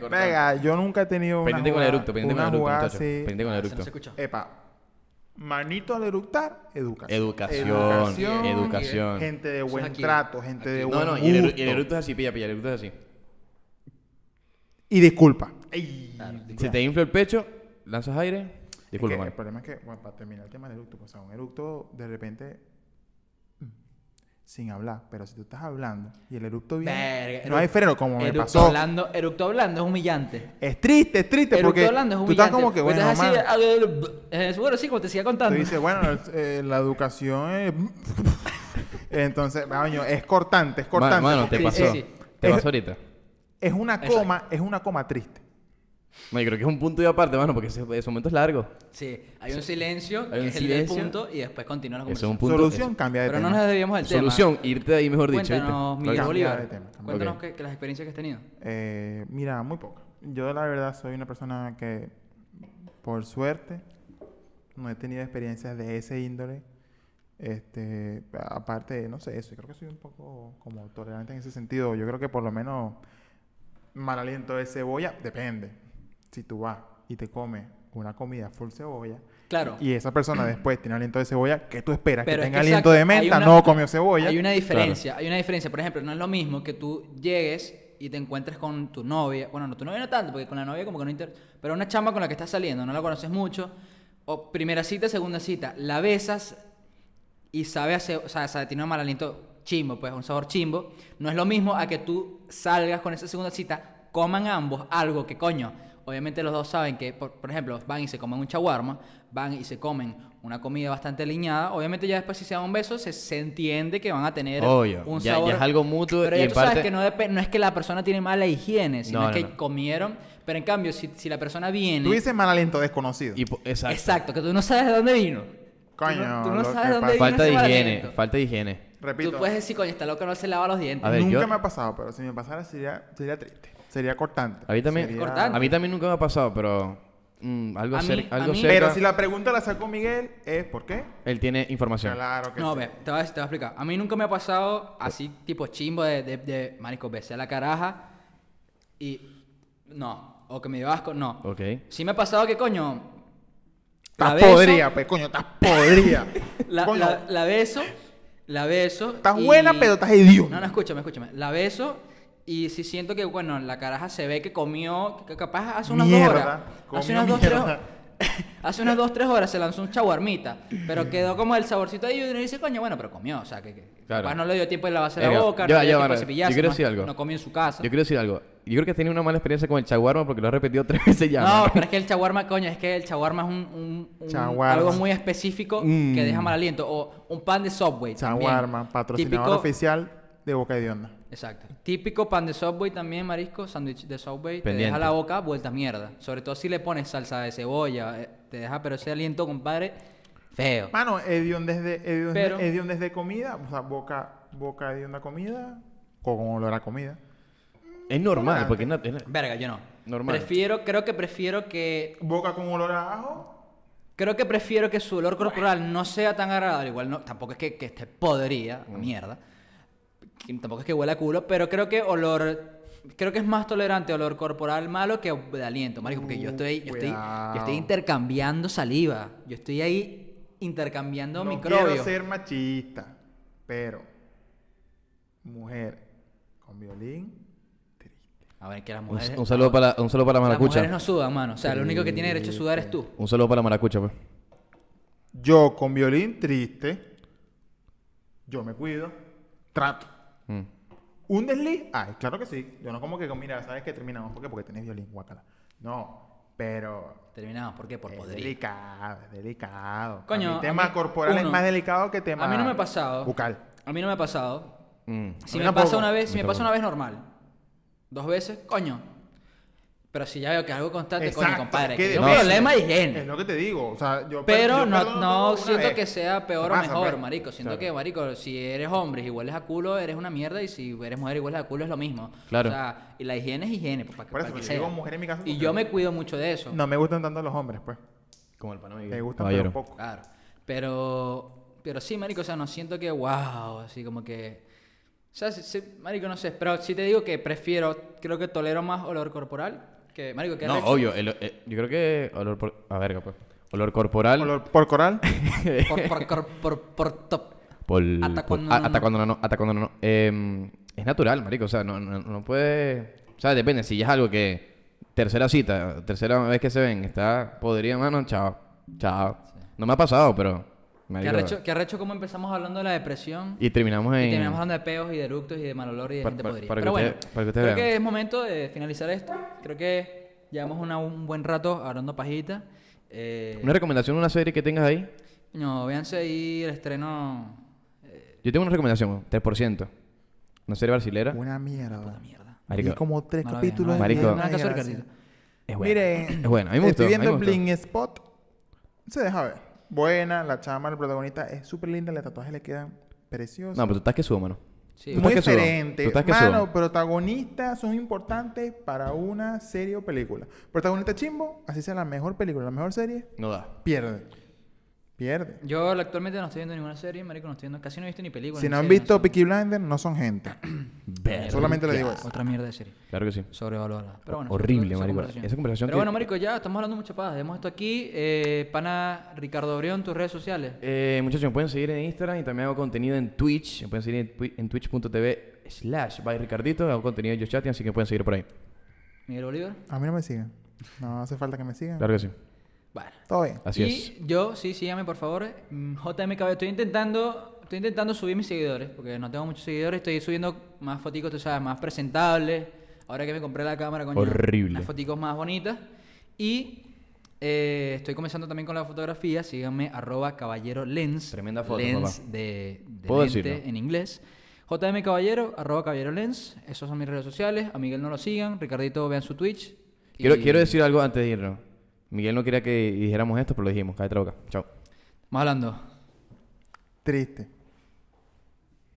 [SPEAKER 3] cortado.
[SPEAKER 2] Venga, yo nunca he tenido una
[SPEAKER 3] Pendiente con
[SPEAKER 2] jugada-
[SPEAKER 3] el eructo, pendiente con
[SPEAKER 2] una
[SPEAKER 3] el eructo,
[SPEAKER 2] jugada
[SPEAKER 3] muchacho.
[SPEAKER 2] así.
[SPEAKER 3] Pendiente con el
[SPEAKER 1] Se nos
[SPEAKER 3] eructo.
[SPEAKER 1] escuchó.
[SPEAKER 2] Epa. Manito al eructar, educación.
[SPEAKER 3] Educación, eh, educación.
[SPEAKER 2] Gente de
[SPEAKER 1] Eso es
[SPEAKER 2] buen
[SPEAKER 1] aquí.
[SPEAKER 2] trato, gente de
[SPEAKER 3] No,
[SPEAKER 2] buen
[SPEAKER 3] no,
[SPEAKER 2] gusto.
[SPEAKER 3] y el, eru- y el eructo es así, pilla, pilla, el eructo es así.
[SPEAKER 2] Y disculpa.
[SPEAKER 3] Si te infla el pecho, lanzas aire.
[SPEAKER 2] Es
[SPEAKER 3] Disculpa,
[SPEAKER 2] que
[SPEAKER 3] mano.
[SPEAKER 2] el problema es que, bueno, para terminar el tema del eructo, pues, o sea, un eructo de repente mm, sin hablar, pero si tú estás hablando y el eructo viene,
[SPEAKER 1] Verga,
[SPEAKER 2] no hay
[SPEAKER 1] eructo-
[SPEAKER 2] freno, como me
[SPEAKER 1] eructo
[SPEAKER 2] pasó.
[SPEAKER 1] Hablando, eructo hablando es humillante.
[SPEAKER 2] Es triste, es triste,
[SPEAKER 1] Eructo
[SPEAKER 2] porque
[SPEAKER 1] hablando es
[SPEAKER 2] tú
[SPEAKER 1] humillante.
[SPEAKER 2] estás como que,
[SPEAKER 1] Pues
[SPEAKER 2] bueno,
[SPEAKER 1] estás así,
[SPEAKER 2] mano,
[SPEAKER 1] ah, ah, ah, ah, es bueno, sí, como te siga
[SPEAKER 2] tú
[SPEAKER 1] contando.
[SPEAKER 2] dices, bueno, el- eh, la educación es... Entonces, coño, es cortante, es
[SPEAKER 3] Ma-
[SPEAKER 2] cortante.
[SPEAKER 3] Mano, te
[SPEAKER 1] Sí, sí,
[SPEAKER 3] pasó.
[SPEAKER 1] sí.
[SPEAKER 3] Te
[SPEAKER 2] Es-
[SPEAKER 3] pasó ahorita.
[SPEAKER 2] Es una coma, es una coma triste.
[SPEAKER 3] No, yo creo que es un punto y aparte, mano, porque ese, ese momento es largo.
[SPEAKER 1] Sí, hay un silencio,
[SPEAKER 3] Hay un
[SPEAKER 1] que es el del
[SPEAKER 3] silencio.
[SPEAKER 1] punto, y después continúa la
[SPEAKER 3] Eso es un
[SPEAKER 1] conversación.
[SPEAKER 3] punto.
[SPEAKER 2] Solución,
[SPEAKER 3] eso-
[SPEAKER 2] cambia de
[SPEAKER 1] Pero no
[SPEAKER 2] tema.
[SPEAKER 1] nos debíamos del
[SPEAKER 3] Solución,
[SPEAKER 1] tema.
[SPEAKER 3] irte de ahí, mejor dicho. ¿viste?
[SPEAKER 1] Cuéntanos,
[SPEAKER 3] Ok.
[SPEAKER 1] Miguel
[SPEAKER 2] Cambia de
[SPEAKER 1] Bolívar.
[SPEAKER 2] tema, cambia.
[SPEAKER 1] Cuéntanos
[SPEAKER 3] Ok.
[SPEAKER 1] que, que las experiencias que has tenido.
[SPEAKER 2] Eh, mira, muy poca. Yo la verdad soy una persona que, por suerte, no he tenido experiencias de ese índole. Este, aparte, no sé, eso. Creo que soy un poco como tolerante en ese sentido. Yo creo que por lo menos mal aliento de cebolla, depende. Si tú vas y te comes una comida full cebolla
[SPEAKER 1] Claro.
[SPEAKER 2] y esa persona después tiene aliento de cebolla, ¿qué tú esperas?
[SPEAKER 1] Pero es
[SPEAKER 2] que tenga
[SPEAKER 1] que
[SPEAKER 2] aliento
[SPEAKER 1] exacto,
[SPEAKER 2] de
[SPEAKER 1] hay
[SPEAKER 2] menta,
[SPEAKER 1] una-
[SPEAKER 2] no comió cebolla.
[SPEAKER 1] Hay una diferencia, hay una diferencia. Por ejemplo, no es lo mismo que tú llegues y te encuentres con tu novia. Bueno, no, tu novia no tanto, porque con la novia como que no inter... Pero una chamba con la que estás saliendo, no la conoces mucho. O primera cita, segunda cita. La besas y sabe a ce- o sea, sabe- tiene un mal aliento chimbo, pues un sabor chimbo. No es lo mismo a que tú salgas con esa segunda cita, coman ambos algo que coño. Obviamente los dos saben que, por, por ejemplo, van y se comen un chaguarma, van y se comen una comida bastante liñada. Obviamente ya después si se dan un beso se, se entiende que van a tener
[SPEAKER 3] Obvio,
[SPEAKER 1] un
[SPEAKER 3] ya- ya
[SPEAKER 1] sabor.
[SPEAKER 3] es algo mutuo
[SPEAKER 1] Pero
[SPEAKER 3] y
[SPEAKER 1] ya
[SPEAKER 3] en
[SPEAKER 1] tú
[SPEAKER 3] parte-
[SPEAKER 1] sabes que no, depe- no es que la persona tiene mala higiene, sino
[SPEAKER 3] No, no,
[SPEAKER 1] que
[SPEAKER 3] no.
[SPEAKER 1] comieron. Pero en cambio, si, si la persona viene...
[SPEAKER 2] Tú dices mal aliento desconocido.
[SPEAKER 3] Y po- exacto.
[SPEAKER 1] Exacto, que tú no sabes de dónde vino.
[SPEAKER 2] Coño,
[SPEAKER 1] tú no, tú no
[SPEAKER 2] lo que
[SPEAKER 1] sabes de dónde
[SPEAKER 2] pasa-
[SPEAKER 1] vino.
[SPEAKER 3] Falta de
[SPEAKER 1] ese mal
[SPEAKER 3] higiene,
[SPEAKER 1] aliento.
[SPEAKER 3] falta de higiene.
[SPEAKER 2] Repito. Ah,
[SPEAKER 1] Tú puedes decir, coño, está loco, no se lava los dientes.
[SPEAKER 3] A ver,
[SPEAKER 2] Nunca
[SPEAKER 3] yo-
[SPEAKER 2] me ha pasado, pero si me pasara sería, sería triste. Sería cortante.
[SPEAKER 3] A mí también,
[SPEAKER 2] Sería-
[SPEAKER 1] Cortante.
[SPEAKER 3] a mí también nunca me ha pasado, pero mm, algo,
[SPEAKER 1] A mí-
[SPEAKER 3] cer-
[SPEAKER 1] a
[SPEAKER 3] algo
[SPEAKER 1] mí-
[SPEAKER 3] cerca,
[SPEAKER 2] Pero si la pregunta la sacó Miguel, es ¿por qué?
[SPEAKER 3] él tiene información.
[SPEAKER 2] Claro que
[SPEAKER 1] no,
[SPEAKER 2] sí.
[SPEAKER 1] ve, te voy, a, te voy a explicar. A mí nunca me ha pasado así, tipo chimbo de, de, de marico, besé a la caraja y no. O que me dio asco, no.
[SPEAKER 3] Ok.
[SPEAKER 1] Sí me ha pasado que, coño, la
[SPEAKER 2] Estás
[SPEAKER 1] beso,
[SPEAKER 2] podría, pues, coño, estás podría.
[SPEAKER 1] la,
[SPEAKER 2] Coño,
[SPEAKER 1] la- la beso, la beso.
[SPEAKER 2] estás
[SPEAKER 1] y-
[SPEAKER 2] buena, pero estás idiota.
[SPEAKER 1] No, no, escúchame, escúchame. La beso y si siento que, bueno, la caraja se ve que comió, que capaz hace unas
[SPEAKER 2] Mierda,
[SPEAKER 1] dos horas. Hace
[SPEAKER 2] comió
[SPEAKER 1] unas dos, tres
[SPEAKER 2] mierda.
[SPEAKER 1] horas. Hace unas dos, tres horas se lanzó un chaguarmita, pero quedó como el saborcito ahí y uno dice, coño, bueno, pero comió, o sea, que, que
[SPEAKER 3] Claro.
[SPEAKER 1] capaz no le dio tiempo de lavarse
[SPEAKER 3] Venga,
[SPEAKER 1] la boca,
[SPEAKER 3] ya
[SPEAKER 1] no
[SPEAKER 3] va,
[SPEAKER 1] le
[SPEAKER 3] ya
[SPEAKER 1] dio
[SPEAKER 3] va,
[SPEAKER 1] tiempo de
[SPEAKER 3] Ana.
[SPEAKER 1] cepillarse,
[SPEAKER 3] Yo quiero
[SPEAKER 1] no-
[SPEAKER 3] decir algo.
[SPEAKER 1] no comió en su casa.
[SPEAKER 3] Yo quiero decir algo. Yo creo que has tenido una mala experiencia con el chaguarma porque lo has repetido tres veces ya.
[SPEAKER 1] No,
[SPEAKER 3] mano.
[SPEAKER 1] pero es que el chaguarma, coño, es que el chaguarma es un, un- un-
[SPEAKER 2] Chaguarma.
[SPEAKER 1] algo muy específico
[SPEAKER 3] Mm.
[SPEAKER 1] que deja mal aliento. O un pan de Subway. también.
[SPEAKER 2] Chaguarma, patrocinador
[SPEAKER 1] Típico-
[SPEAKER 2] oficial de Boca de Onda.
[SPEAKER 1] Exacto. Típico pan de Subway también, marisco, sándwich de Subway. Te
[SPEAKER 3] Pendiente.
[SPEAKER 1] deja la boca vuelta mierda. Sobre todo si le pones salsa de cebolla. eh, Te deja, pero ese aliento, compadre, feo.
[SPEAKER 2] Mano, Edion eh, desde, edion,
[SPEAKER 1] Pero-
[SPEAKER 2] comida, o sea, Boca, Boca de Onda comida, o con olor a comida.
[SPEAKER 3] Es normal, porque es nat- es na-
[SPEAKER 1] Verga, yo no.
[SPEAKER 3] Normal.
[SPEAKER 1] Prefiero, creo que prefiero que.
[SPEAKER 2] Boca con olor a ajo.
[SPEAKER 1] Creo que prefiero que su olor corporal no sea tan agradable. Igual no, tampoco es que, que esté podrida,
[SPEAKER 2] Mm.
[SPEAKER 1] a mierda. Que Tampoco es que huela a culo, pero creo que olor. Creo que es más tolerante olor corporal malo que de aliento, marico. Porque yo estoy, yo estoy, yo
[SPEAKER 2] Mm, Cuidado.
[SPEAKER 1] estoy intercambiando saliva. Yo estoy ahí intercambiando
[SPEAKER 2] no quiero
[SPEAKER 1] microbios.
[SPEAKER 2] ser machista, pero mujer con violín, triste.
[SPEAKER 1] A ver, que las
[SPEAKER 3] Un,
[SPEAKER 1] mujeres.
[SPEAKER 3] un saludo para, un saludo para la
[SPEAKER 1] las
[SPEAKER 3] maracucha.
[SPEAKER 1] mujeres no sudan, mano. O sea, lo único que tiene derecho a sudar es tú.
[SPEAKER 3] Un saludo para la maracucha, pues.
[SPEAKER 2] Yo con violín triste, yo me cuido, trato.
[SPEAKER 3] Mm.
[SPEAKER 2] ¿Un desliz? Ay, claro que sí. Yo no como que, mira, sabes que terminamos porque porque tenés violín, guacala. No, pero
[SPEAKER 1] Terminamos. ¿Por qué? Por
[SPEAKER 2] es
[SPEAKER 1] podrida.
[SPEAKER 2] delicado, es delicado.
[SPEAKER 1] Coño,
[SPEAKER 2] Para mí
[SPEAKER 1] a
[SPEAKER 2] tema
[SPEAKER 1] mí-
[SPEAKER 2] corporal es
[SPEAKER 1] uno.
[SPEAKER 2] más delicado que tema
[SPEAKER 1] A mí no me ha pasado.
[SPEAKER 2] bucal.
[SPEAKER 1] A mí no me ha pasado.
[SPEAKER 3] Mm.
[SPEAKER 1] Si
[SPEAKER 2] A mí
[SPEAKER 1] me
[SPEAKER 2] tampoco.
[SPEAKER 1] pasa una vez, si
[SPEAKER 3] A mí
[SPEAKER 1] me pasa una
[SPEAKER 3] tampoco.
[SPEAKER 1] vez normal. Dos veces, coño. Pero si ya veo que es algo constante, coño,
[SPEAKER 2] Exacto,
[SPEAKER 1] compadre.
[SPEAKER 2] qué
[SPEAKER 1] Que es un
[SPEAKER 2] difícil.
[SPEAKER 1] problema de
[SPEAKER 2] Es
[SPEAKER 1] higiene.
[SPEAKER 2] lo que te digo, o sea, yo
[SPEAKER 1] Pero
[SPEAKER 2] yo
[SPEAKER 1] no,
[SPEAKER 2] perdono todo
[SPEAKER 1] no
[SPEAKER 2] una
[SPEAKER 1] siento
[SPEAKER 2] vez.
[SPEAKER 1] que sea peor o
[SPEAKER 2] Pasa,
[SPEAKER 1] mejor,
[SPEAKER 2] pues.
[SPEAKER 1] marico. Siento
[SPEAKER 2] Claro.
[SPEAKER 1] que, marico, si eres hombre y hueles a culo, eres una mierda. Y si eres mujer y hueles a culo, es lo mismo.
[SPEAKER 3] Claro.
[SPEAKER 1] O sea, y la higiene es higiene, pues, para que,
[SPEAKER 2] Por eso,
[SPEAKER 1] para que
[SPEAKER 2] pero yo
[SPEAKER 1] sea.
[SPEAKER 2] digo mujer en mi caso
[SPEAKER 1] y
[SPEAKER 2] porque-
[SPEAKER 1] yo me cuido mucho de eso.
[SPEAKER 2] No me gustan tanto los hombres, pues.
[SPEAKER 3] Como el panamá.
[SPEAKER 2] Me gustan
[SPEAKER 3] Caballero.
[SPEAKER 2] pero poco.
[SPEAKER 1] Claro. Pero, pero sí, marico, o sea, no siento que, wow, así como que... O sea, sí- sí, marico, no sé, pero sí te digo que prefiero, creo que tolero más olor corporal que, marico, que...
[SPEAKER 3] No, obvio. el- eh, yo creo que olor por... A verga, pues. Olor corporal.
[SPEAKER 2] Olor por coral.
[SPEAKER 1] Por, por, por, por, por top.
[SPEAKER 3] Por,
[SPEAKER 1] Hasta
[SPEAKER 3] por-
[SPEAKER 1] cuando
[SPEAKER 3] ah,
[SPEAKER 1] no,
[SPEAKER 3] hasta
[SPEAKER 1] no.
[SPEAKER 3] cuando no, no, hasta cuando no, no. Em, es natural, marico. O sea, no, no, no puede... O sea, depende. Si ya es algo que... Tercera cita, tercera vez que se ven, está... Podría, mano, chao. Chao. No me ha pasado, pero...
[SPEAKER 1] ¿Qué
[SPEAKER 3] marico,
[SPEAKER 1] arrecho, qué arrecho cómo empezamos hablando de la depresión? Y,
[SPEAKER 3] Y terminamos en...
[SPEAKER 1] terminamos hablando de peos y de eructos y de mal olor y de
[SPEAKER 3] Pa-
[SPEAKER 1] gente
[SPEAKER 3] pa-
[SPEAKER 1] podrida.
[SPEAKER 3] para que
[SPEAKER 1] Pero bueno,
[SPEAKER 3] usted- para que usted
[SPEAKER 1] creo
[SPEAKER 3] vea.
[SPEAKER 1] que es momento de finalizar esto. Creo que llevamos una- un buen rato hablando pajita. Eh,
[SPEAKER 3] Una recomendación, una serie que tengas ahí.
[SPEAKER 1] No, véanse ahí el estreno... eh,
[SPEAKER 3] Yo tengo una recomendación, weón. 3%. Una serie brasilera.
[SPEAKER 2] Una mierda.
[SPEAKER 1] mierda.
[SPEAKER 3] Marico.
[SPEAKER 2] Y como tres
[SPEAKER 1] No la vean,
[SPEAKER 2] capítulos.
[SPEAKER 1] no la
[SPEAKER 3] vean.
[SPEAKER 2] de
[SPEAKER 3] Marico.
[SPEAKER 1] Nada que hacer,
[SPEAKER 2] mierda,
[SPEAKER 1] Carlito.
[SPEAKER 2] sí.
[SPEAKER 3] Es buena.
[SPEAKER 2] Miren,
[SPEAKER 3] Es buena. A mí me gustó.
[SPEAKER 2] estoy
[SPEAKER 3] a mí
[SPEAKER 2] viendo
[SPEAKER 3] me gustó.
[SPEAKER 2] Bling Spot. Se deja ver. Buena, la chama, el protagonista es súper linda, los tatuajes le quedan preciosos.
[SPEAKER 3] No, pero tú estás que subo, mano.
[SPEAKER 1] Sí,
[SPEAKER 3] Tú
[SPEAKER 2] Muy
[SPEAKER 3] estás que suba. Tú
[SPEAKER 2] diferente.
[SPEAKER 3] estás que
[SPEAKER 2] Mano,
[SPEAKER 3] suba.
[SPEAKER 2] protagonistas son importantes para una serie o película. Protagonista chimbo, así sea la mejor película, la mejor serie,
[SPEAKER 3] No da.
[SPEAKER 2] pierde. Pierde.
[SPEAKER 1] Yo actualmente no estoy viendo ninguna serie, marico, no estoy viendo, casi no he visto ni películas.
[SPEAKER 2] si
[SPEAKER 1] ni
[SPEAKER 2] no han
[SPEAKER 1] series,
[SPEAKER 2] visto
[SPEAKER 1] sé.
[SPEAKER 2] Peaky Blinders, no son gente. Solamente le digo eso.
[SPEAKER 1] Otra mierda de serie.
[SPEAKER 3] Claro que sí.
[SPEAKER 1] Sobrevalorada. Pero bueno,
[SPEAKER 3] Horrible,
[SPEAKER 1] esa-
[SPEAKER 3] marico.
[SPEAKER 1] conversación.
[SPEAKER 3] Esa conversación
[SPEAKER 1] Pero
[SPEAKER 3] que-
[SPEAKER 1] bueno, marico, ya estamos hablando mucha paz. Dejemos esto aquí. Eh, pana Ricardo Obreón, tus redes sociales.
[SPEAKER 3] Eh, muchachos, me pueden seguir en Instagram y también hago contenido en Twitch. Me pueden seguir en, twi- en twitch.tv slash by Ricardito. Hago contenido en YoChat, así que pueden seguir por ahí.
[SPEAKER 1] Miguel Bolívar.
[SPEAKER 2] A mí no me siguen. No hace falta que me sigan.
[SPEAKER 3] Claro que sí.
[SPEAKER 1] Bueno.
[SPEAKER 2] Todo bien.
[SPEAKER 3] Así
[SPEAKER 1] y
[SPEAKER 3] es.
[SPEAKER 1] yo, sí, síganme por favor. mm, JMKB, estoy intentando, estoy intentando subir mis seguidores, porque no tengo muchos seguidores, estoy subiendo más foticos, tú sabes, más presentables. Ahora que me compré la cámara, coño,
[SPEAKER 3] Horrible.
[SPEAKER 1] unas foticos más bonitas. Y eh, estoy comenzando también con la fotografía, síganme, arroba caballero lens.
[SPEAKER 3] Tremenda foto,
[SPEAKER 1] Lens
[SPEAKER 3] papá.
[SPEAKER 1] de, de
[SPEAKER 3] Puedo
[SPEAKER 1] lente
[SPEAKER 3] decirlo.
[SPEAKER 1] en inglés. JM Caballero, arroba Caballero Lens, esos son mis redes sociales, a Miguel no lo sigan, Ricardito vean su Twitch.
[SPEAKER 3] Quiero,
[SPEAKER 1] y-
[SPEAKER 3] quiero decir algo antes de irnos. Miguel no quería que dijéramos esto, pero lo dijimos. Cállate la boca. Chao.
[SPEAKER 1] Más hablando.
[SPEAKER 2] Triste.